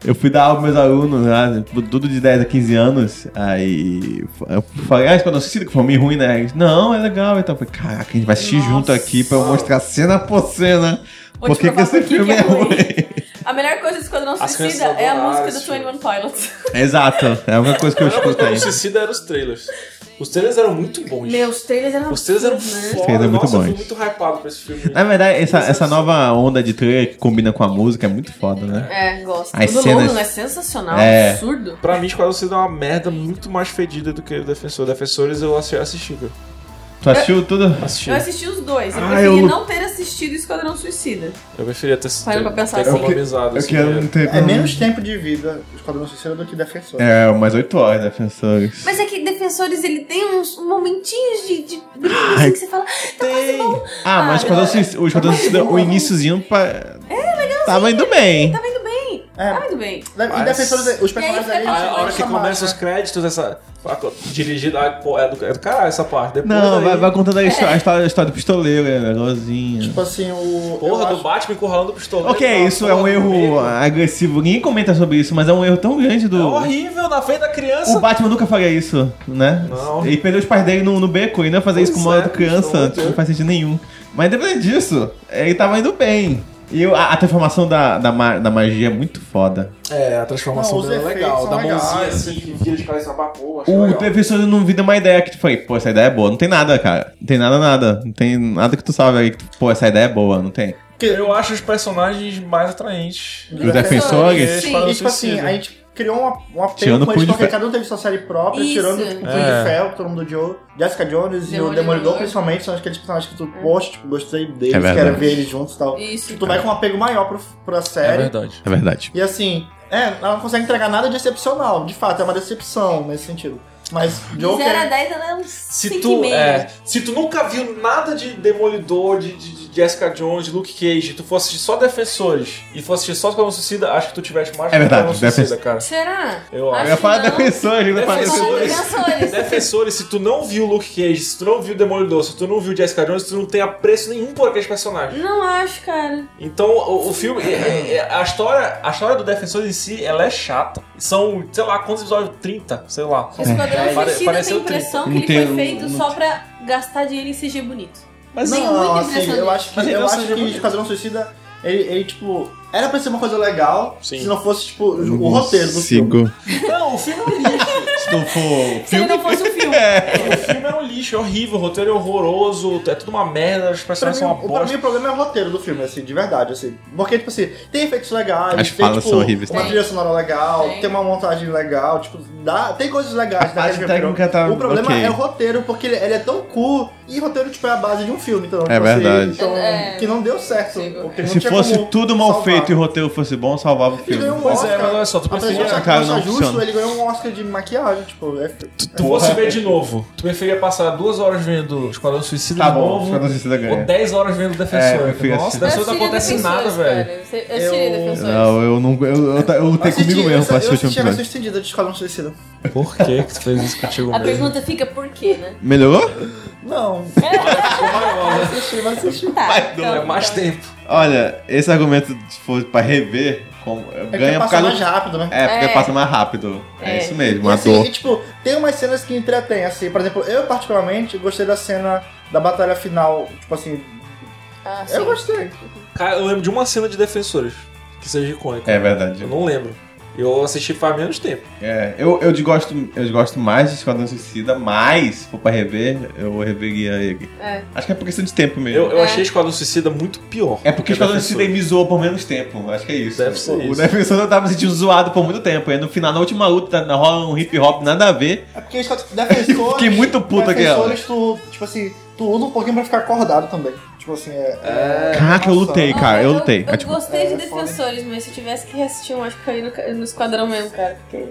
D: Eu fui dar aula pros meus alunos lá, tipo, tudo de 10 a 15 anos. Aí eu falei, ah, Esquadrão Suicida, que foi meio ruim, né? Eles, não, é legal. Então eu falei, caraca, a gente vai assistir
A: Nossa.
D: junto aqui pra eu mostrar cena por cena.
A: Vou
D: Por
A: te
D: que, que
A: provar
D: esse
A: por que
D: filme
A: que
D: é
A: é ruim.
D: ruim?
A: A melhor coisa do Esquadrão
C: As
A: Suicida
C: crianças
A: é a
C: adoraram
A: música do
C: esse filme.
A: 21 Pilots.
D: Exato, é a única coisa que eu
C: A melhor coisa
D: escuto
C: do
D: aí.
C: Suicida eram os trailers. Os trailers eram muito bons.
A: Meu, né? os trailers eram.
C: Os trailers eram
A: absurdos,
C: foda.
D: Trailers é muito
C: Nossa, eu fui
D: bons.
C: muito hypado pra esse é filme.
D: Na verdade, essa, essa nova onda de trailer que combina com a música é muito foda, né?
A: É, gosto.
D: As
A: o do
D: cenas-
A: Nolan é sensacional,
D: É.
A: absurdo.
C: Pra mim, Esquadrão Suicida é uma merda muito mais fedida do que o Defensor. Defensores eu assi- assisti, cara.
D: Tu assistiu tudo?
C: Assisti.
A: Eu assisti os dois. Eu
D: Ah,
A: preferi
D: eu-
A: não ter assistido Esquadrão Suicida.
C: Eu preferia ter
A: Parando
C: ter-
A: pra pensar
C: ter
A: assim.
C: economizado
D: Eu
C: esse
D: quero
C: dinheiro.
D: não ter.
E: É menos tempo de vida Esquadrão Suicida do que Defensor.
D: Hum. É, umas 8 horas, defensores.
A: Mas é que Defensores, ele tem uns momentinhos de, de brilho, assim, que você fala, tá quase bom. é
D: Ah, mas o Esquadrão Suicida- o Esquadrão Suicida, o iníciozinho pa... tava indo bem.
A: Tá vendo bem,
E: É.
A: tá vendo bem.
E: E Defensores, eh, os personagens
A: E aí
E: ali...
A: fica-
E: eles
C: A hora que
E: são mais,
C: começa
E: né?
C: os créditos, essa. a- Dirigida. ah, pô, É do, é do caralho essa parte. Depois
D: Não,
C: daí,
D: vai, vai contando a história, a história, a história do pistoleiro, né? Legalzinho.
E: Tipo assim, o... eu
C: Porra do
E: acho-
C: Batman encurralando o pistoleiro. tá
D: Ok,
C: na
D: isso é
C: porra
D: um
C: do
D: erro
C: meio.
D: agressivo. Ninguém comenta sobre isso, mas é um erro tão grande
C: É
D: do.
C: horrível na frente da criança.
D: O Batman nunca faria isso, né?
C: Não.
D: Ele perdeu os pais dele no, no beco e não ia fazer isso com
C: Pois
D: uma
C: é,
D: outra criança. tipo,
C: pelo
D: Não faz sentido nenhum. Mas independente disso, ele tava indo bem. E o- a, a transformação da, da, ma- da magia é muito foda.
C: É, a transformação
E: Não, os
C: dela é
E: efeitos
C: legal.
E: são
C: Da
E: legais,
C: mãozinha assim,
E: assim.
C: que vira de cabeça pra porra. achei
D: O
C: legal.
D: professor eu não vi de uma ideia que tu falei, pô, essa ideia é boa. Não tem nada, cara. Não tem nada, nada. Não tem nada que tu sabe aí que, tu- pô, essa ideia é boa. Não tem.
C: Eu acho os personagens mais atraentes.
D: Os defensores.
A: Sim.
E: E tipo assim, a gente criou uma, uma
D: Tirando
E: pena com
D: o Punho
E: eles,
D: de
E: porque
D: Ferro.
E: cada um teve sua série própria,
A: Isso.
E: tirando tipo, o Punho
C: É.
E: de Ferro, que todo mundo odiou. Jessica Jones e o
A: Demolidor. É.
E: Demolidor, principalmente, são aqueles personagens que tu, poxa, tipo, gostei deles,
D: É verdade.
E: quero ver eles juntos e tal.
A: Isso.
E: Tu vai com um apego maior pro, pra série.
C: verdade.
D: É verdade.
E: e assim, é, ela não consegue entregar nada de excepcional, de fato, é uma decepção nesse sentido. Mas
A: De 0 a
E: Joker.
A: 10, ela é um
C: Se
A: 5,5.
C: tu, é, se tu nunca viu nada de Demolidor, de, de- de Jessica Jones, de Luke Cage, tu fosse assistir só Defensores e fosse assistir só Esquadrão Suicida, acho que tu tivesse mais
D: É verdade,
C: Esquadrão Suicida, cara.
A: Será?
C: Eu
A: Acho
D: Eu
C: acho.
D: ia falar
A: que não.
D: defensor, ele não fala
C: Defensor.
D: defensor.
C: Defensores.
A: Defensores.
C: Defensores, se tu não viu Luke Cage, se tu não viu Demolidor, se tu não viu Jessica Jones, tu não tem apreço nenhum por aqueles personagens.
A: Não acho, cara.
C: Então, o, o filme, é- é- é- a história a história do Defensor em si, ela é chata. São, sei lá, quantos episódios? 30, sei lá.
D: É.
A: O Esquadrão Suicida
C: Pare-
A: tem a
C: pareceu
A: impressão que
D: Não
A: ele
D: tem-
A: foi feito
D: não-
A: só pra gastar dinheiro em CG bonito.
E: Mas
A: Tem
E: não,
A: muita
E: assim,
A: impressão
E: eu
A: disso.
E: acho que,
C: Mas
E: eu
C: então
E: acho
C: seja
E: que
C: bonito.
E: Esquadrão Suicida, ele, ele, tipo, era pra ser uma coisa legal
C: Sim.
E: se não fosse, tipo, o roteiro do filme.
D: Sigo.
C: Não, o filme é um lixo.
D: Se não for.
A: Se ele não fosse o filme.
C: o filme é um lixo, é horrível, o roteiro é horroroso, é tudo uma merda, as
E: Pra
C: personagens
E: mim,
C: são uma
E: o- pra mim
C: bosta.
E: o problema é o roteiro do filme, assim, de verdade, assim. Porque, tipo assim, tem efeitos legais,
D: As
E: tem,
D: falas
E: tipo,
D: são horríveis,
E: uma
A: né?
E: trilha sonora legal,
A: Tem.
E: tem. uma montagem legal, tipo, dá, tem coisas legais. da
D: parte
E: Red
D: técnica
E: Pill.
D: tá
E: O problema
D: ok.
E: é o roteiro, porque ele, ele é tão cool, e roteiro, tipo, é a base de um filme, então.
D: É
E: tipo assim,
D: verdade.
E: então,
A: É.
E: que não deu certo.
A: Sim. é.
E: porque não
D: Se
E: tinha
D: fosse
E: como
D: tudo mal
E: salvar.
D: feito e o roteiro fosse bom, salvava o
E: Ele
D: filme.
E: ganhou um
C: Pois é,
E: Oscar.
C: mas olha só, tu
E: Apesar de
C: preferia-
E: achar que
D: Cara,
E: não
D: não
E: acha justo,
D: funciona.
E: ele ganhou um Oscar de maquiagem, tipo, é...
C: Tu fosse ver de novo, tu preferia passar duas horas vendo Esquadrão Suicida
D: Tá
C: de
D: bom,
C: novo,
D: Esquadrão Suicida ganha.
C: ou dez horas vendo
D: É, eu
C: Defensor.
D: prefiro
C: Nossa,
D: assim.
C: Defensor não
A: assisti
C: acontece nada,
A: Defensores,
C: velho.
A: cara. Eu assisti
E: Eu-
A: Defensores.
D: Não, eu não. Eu, eu, tá- eu tenho
E: Assisti-
D: comigo mesmo pra assistir o último
E: eu, eu assisti a versão
D: episódio.
E: estendida de Esquadrão Suicida.
C: Por que que tu fez isso contigo
A: A
C: mesmo?
A: pergunta fica por quê, né?
D: Melhorou?
E: Não, assisti, mas assisti.
A: Tá, então-
C: É mais tempo.
D: Olha, esse argumento, se for pra rever, como-
E: É
D: ganha
E: que
D: por
E: passa
D: causa.
E: mais
D: do-
E: rápido, né?
D: É, porque
A: É.
D: passa mais rápido. É,
A: É.
D: isso mesmo,
E: E,
D: uma
E: assim,
D: dor.
E: e, tipo, tem umas cenas que entretêm, assim, por exemplo, eu particularmente gostei da cena da batalha final, tipo assim,
A: Ah, sim.
E: eu gostei.
C: Cara, eu lembro de uma cena de Defensores, que seja icônica.
D: É
C: Eu
D: verdade.
C: não lembro. Eu assisti faz menos tempo.
D: É, eu, eu, gosto, eu gosto mais de Esquadrão Suicida, mas se for pra rever, eu reveria ele.
A: É.
D: Acho que é por questão de tempo mesmo.
C: Eu, eu
A: É.
C: achei Esquadron Suicida muito pior.
D: É porque o
C: do que
D: Esquadrão Suicida
C: Defensores.
D: me zoou por menos tempo. Acho que é isso.
C: Deve ser
D: o,
C: isso.
D: O Defensor eu tava me sentindo zoado por muito tempo. Aí no final, na última luta, na- rola um hip hop nada a ver.
C: Tipo
E: É porque isso- defensores...
D: Eu fiquei muito puto aqui, ó.
E: Defensores, tu, tipo assim, tu usa um pouquinho pra ficar acordado também. Tipo assim, é... é...
D: Caraca, eu lutei,
A: Ah,
D: cara. Eu lutei.
A: Eu,
D: É, tipo,
A: gostei de
E: é,
A: Defensores, mas se eu tivesse que reassistir, eu acho que caí no, no esquadrão mesmo, cara. Porque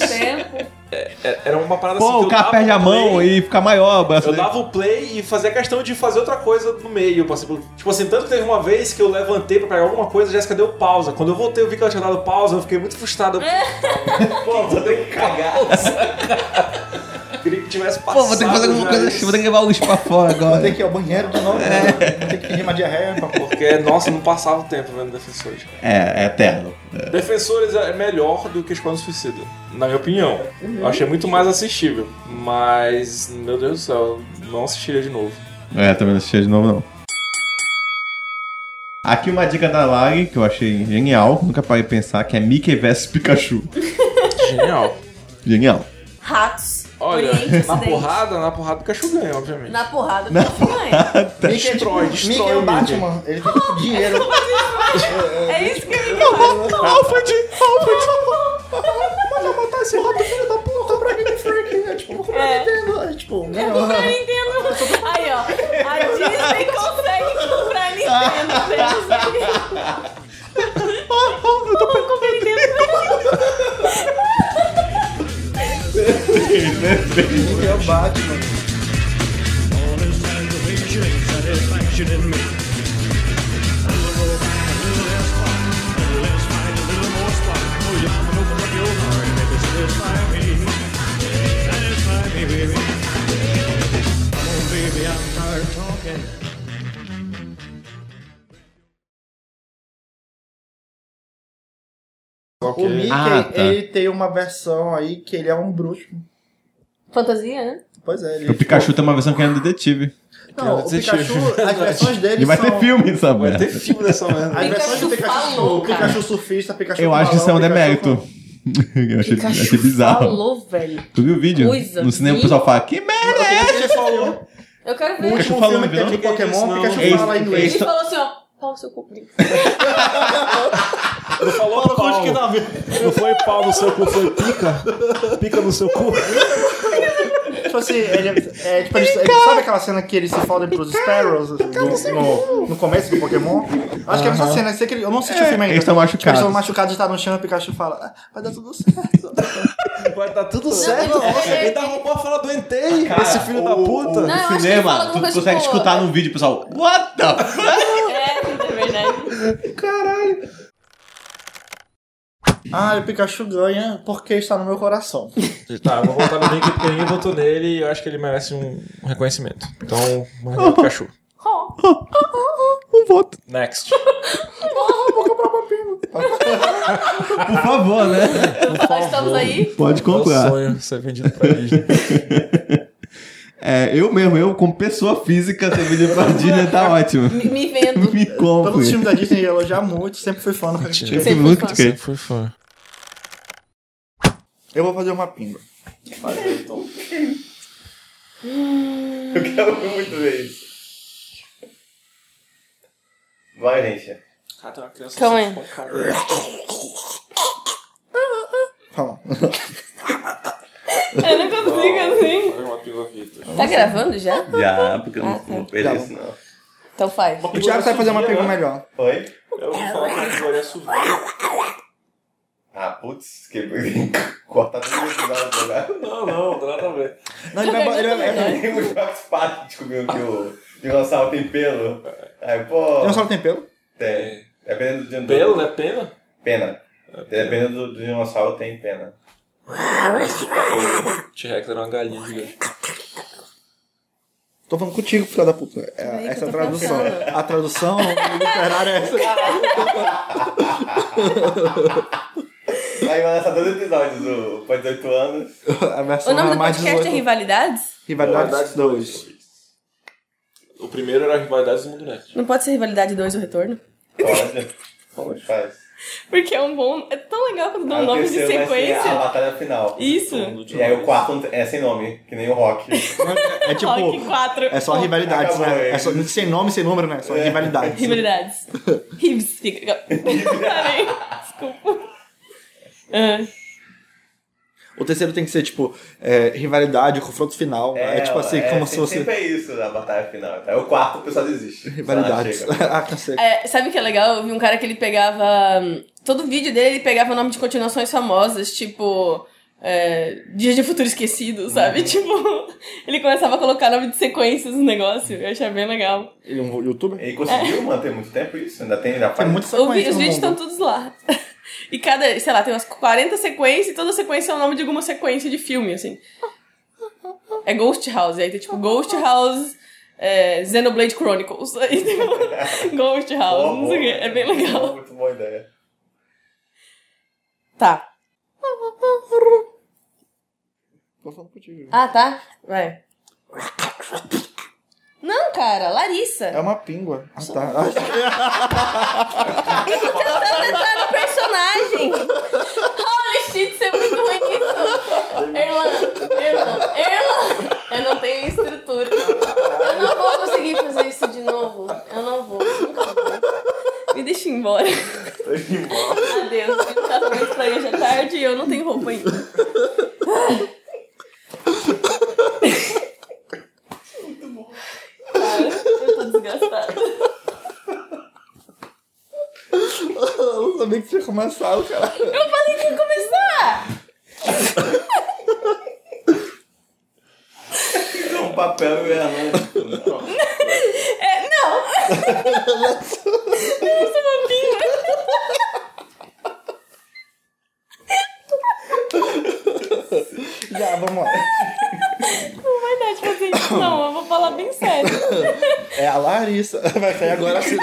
A: tempo.
C: é- era uma parada assim.
D: é pô,
C: que
D: o
C: eu
D: cara
C: dava
D: perde a
C: play,
D: mão e fica maior. o braço
C: Eu
D: dele.
C: dava o play e fazia questão de fazer outra coisa no meio. por exemplo. Tipo assim, tanto que teve uma vez que eu levantei pra pegar alguma coisa, a Jéssica deu pausa. Quando eu voltei, eu vi que ela tinha dado pausa, eu fiquei muito frustrado. Eu- Pô, vou ter que cagar. Queria que tivesse passado. né?
D: Pô, vou ter que fazer alguma
C: já
D: coisa. assim,
C: isso.
D: Vou ter que levar o lixo pra fora
E: Vou
D: agora.
E: ter que ir ao banheiro de novo, né?
D: É.
E: vou ter que pedir uma diarreia pra
C: Porque, nossa, não passava o tempo vendo Defensores.
D: É, é eterno.
C: Defensores é melhor do que Esquadrão Suicida, na minha opinião. Eu achei muito mais assistível, mas, meu Deus do céu, não assistiria de novo.
D: É, também não assisti de novo, não. Aqui uma dica da Lari que eu achei genial, nunca parei de pensar, que é Mickey vs Pikachu.
C: Genial.
D: Genial.
A: Ratos.
C: Olha,
A: Oriente,
C: na
A: Ocidente.
C: porrada, na porrada o cachorro ganha, obviamente.
A: Na porrada. Na porrada.
E: Mickey,
C: Destrói,
E: tipo,
C: destrói
E: Mickey é
C: o
E: o Batman, ele tem tipo dinheiro.
A: É isso que ele fala.
D: Alfred! Alfred!
E: Mas eu matar esse rato, filho da puta, pra mim, Frank. É tipo, eu não
A: É.
E: entendo. É tipo,
A: Eu não entendo. Disney consegue comprar a Nintendo, velho. Eu tô perdendo.
E: É. O Mickey,
J: Ah, tá.
E: ele tem uma versão aí que ele é um bruxo.
A: Fantasia, né?
E: Pois é, ele.
J: O Pikachu tem uma versão que é no detetive.
E: Não, o Pikachu, as versões dele
J: E vai
E: são.
J: ter filme dessa
K: Vai
J: merda.
K: ter filme dessa merda.
E: As versões
A: Pikachu
E: do Pikachu,
A: falou,
E: o
A: cara.
E: Pikachu surfista, Pikachu
J: Eu acho que isso é um
E: balão, Pikachu
J: demérito.
E: com-
J: Eu achei,
A: Pikachu
J: achei bizarro.
A: Falou, velho.
J: Tu viu o vídeo?
A: Coisa,
J: no cinema
A: vi.
J: o pessoal fala, que merda é essa?
K: Ele falou.
A: Eu quero
E: O
A: ver.
E: último
J: Pikachu
E: filme que
J: falando,
E: teve do
K: não?
E: Pokémon,
K: Não,
E: Pikachu
J: não.
E: fala
J: Eles-
E: inglês.
A: Ele
J: eles-
A: falou assim, ó. Pau no seu cupim.
K: Não falou pau. Não foi pau no seu cu, foi pica. Pica no seu cu.
E: Tipo assim, ele, é, tipo, ele, ele- sabe aquela cena que ele se fodem pros Sparrows assim, no, no- no começo do Pokémon? Acho que é essa cena, eu, sei que ele- eu não assisti o
J: É,
E: filme ainda.
J: eles tão
E: Tipo, Eles
J: machucados.
E: estão machucados e tá no chão e o Pikachu fala, "Ah, vai dar tudo certo.
K: Vai dar tudo certo.
A: ele-
K: Nossa,
A: ele-
K: ele dá roupa fala do
C: Ah,
K: Entei, esse filho da puta.
J: No
A: Não, eu acho que ele fala
J: cinema,
A: alguma
J: tu
A: coisa
J: consegue
A: tipo,
J: escutar no vídeo, pessoal. What the fuck?
A: É, é verdade.
E: ah, o Pikachu ganha porque está no meu coração.
K: Tá, eu vou voltar no link porque ninguém votou nele e eu acho que ele merece um reconhecimento. Então, Maria Pikachu.
A: Ó,
J: Um voto.
K: Next.
J: Por favor, né?
A: nós estamos aí.
J: Pode
K: Meu
J: comprar.
K: sonho ser vendido pra Disney.
J: É, eu mesmo, eu como pessoa física, ser vídeo pra Disney tá ótimo.
A: Me, me vendo.
J: Me
E: Todos os
J: compre.
E: filmes da Disney eu elogiar muito, sempre fui fã do Pikachu.
J: Eu
A: Sempre
J: fui muito
A: fã.
J: crer.
K: Fui fã.
E: Eu vou fazer uma pinga.
D: Eu quero muito ver isso. Vai, gente.
A: Calma aí.
E: Calma.
A: Eu nunca consigo assim. Tá gravando já?
D: Já, porque eu não
A: Ah, tá.
D: vou perder isso, não.
A: Então faz.
E: O Thiago sabe fazer uma pinga melhor.
D: Oi?
K: Eu vou falar que agora é subir.
D: Ah, putz, que cortar tudo isso da jogada.
K: Não, não, não dá nada a ver.
E: Não, ele vai, ele vai, ele vai,
D: Tem muito mais fácil descobrindo que o dinossauro tem pelo. Aí, pô.
E: Dinossauro tem pelo?
D: Tem. Dependendo do
K: Belo,
D: dinossauro.
K: né? Pena?
D: Pena. Dependendo do, do dinossauro, tem pena.
K: T-Rex era uma galinha gigante.
E: Tô falando contigo, filha da puta. É,
A: Peraí que
E: essa é a
A: eu tô
E: tradução.
A: pensando.
E: A tradução literária é essa.
D: Aí vai lançar dois episódios, o Pode 18 anos.
E: A
A: O
E: versão
A: nome
E: é
A: do
E: mais
A: podcast é
E: 18.
A: Rivalidades?
E: Rivalidades 2.
K: O primeiro era a rivalidade do mundo net.
A: Não pode ser Rivalidade 2 o Retorno?
D: Pode. Pode, faz.
A: Porque é um bom. É tão legal quando dá um
D: Aí Ah, é o
A: nome de
D: terceiro vai ser A
A: sequência.
D: batalha final.
A: Isso.
D: E aí o quarto não tem- é sem nome, que nem o rock.
E: É tipo.
A: Rock 4.
E: É só rivalidades,
D: Acabou,
E: né?
D: é.
E: É só, sem nome, sem número, né? Só rivalidades.
A: Rivalidades. Ribs. Fica. Parei. Desculpa. Ah,
E: O terceiro tem que ser, tipo, é, rivalidade, confronto final. É, tipo assim,
D: é,
E: como
D: sempre-
E: se fosse
D: Sempre é isso na batalha final. Tá? O quarto o pessoal desiste.
E: rivalidades.
D: Sei lá, chega.
E: ah, cansei.
A: É, sabe o que é legal? Eu vi um cara que ele pegava. hum, Todo vídeo dele ele pegava nome de continuações famosas, tipo. é, Dias de Futuro Esquecido, sabe? Tipo, ele começava a colocar nome de sequências no negócio. Eu achei bem legal.
E: Ele é um youtuber?
D: E conseguiu manter muito tempo isso? Ainda tem, ainda
E: Tem
D: faz.
E: muita
A: O vi-
E: É sequência
A: os
E: no
A: vídeos estão
E: mundo.
A: todos lá. E cada, sei lá, tem umas 40 sequências e toda sequência é o nome de alguma sequência de filme, assim. É Ghost House, aí tem tipo Ghost House, é, Xenoblade Chronicles, aí tem um- Ghost House,
D: Boa,
A: não sei o quê.
D: boa.
A: É bem legal.
D: Muito boa ideia.
A: Tá.
E: Tô falando contigo.
A: Ah, tá? Vai. Não, cara, Larissa.
E: É uma pingua. Ah, tá.
A: Eu tô tentando entrar no personagem. Holy shit, você é muito ruim nisso. Erlan, Erlan, Erlan. Eu não tenho estrutura. Eu não vou conseguir fazer isso de novo. Eu não vou. nunca vou. Me deixa ir embora.
D: Tô indo embora.
A: Adeus. Eu tava muito pra hoje à tarde e eu não tenho roupa ainda. Muito bom. Cara, eu tô
E: sabia que tinha começado, cara.
A: Eu falei que ia começar!
D: Um papel e
A: É, não! Eu sou uma pinga!
E: Já, vamos lá.
A: Não vai dar de fazer isso, não. Eu vou falar bem sério.
E: É a Larissa. Vai cair agora assim.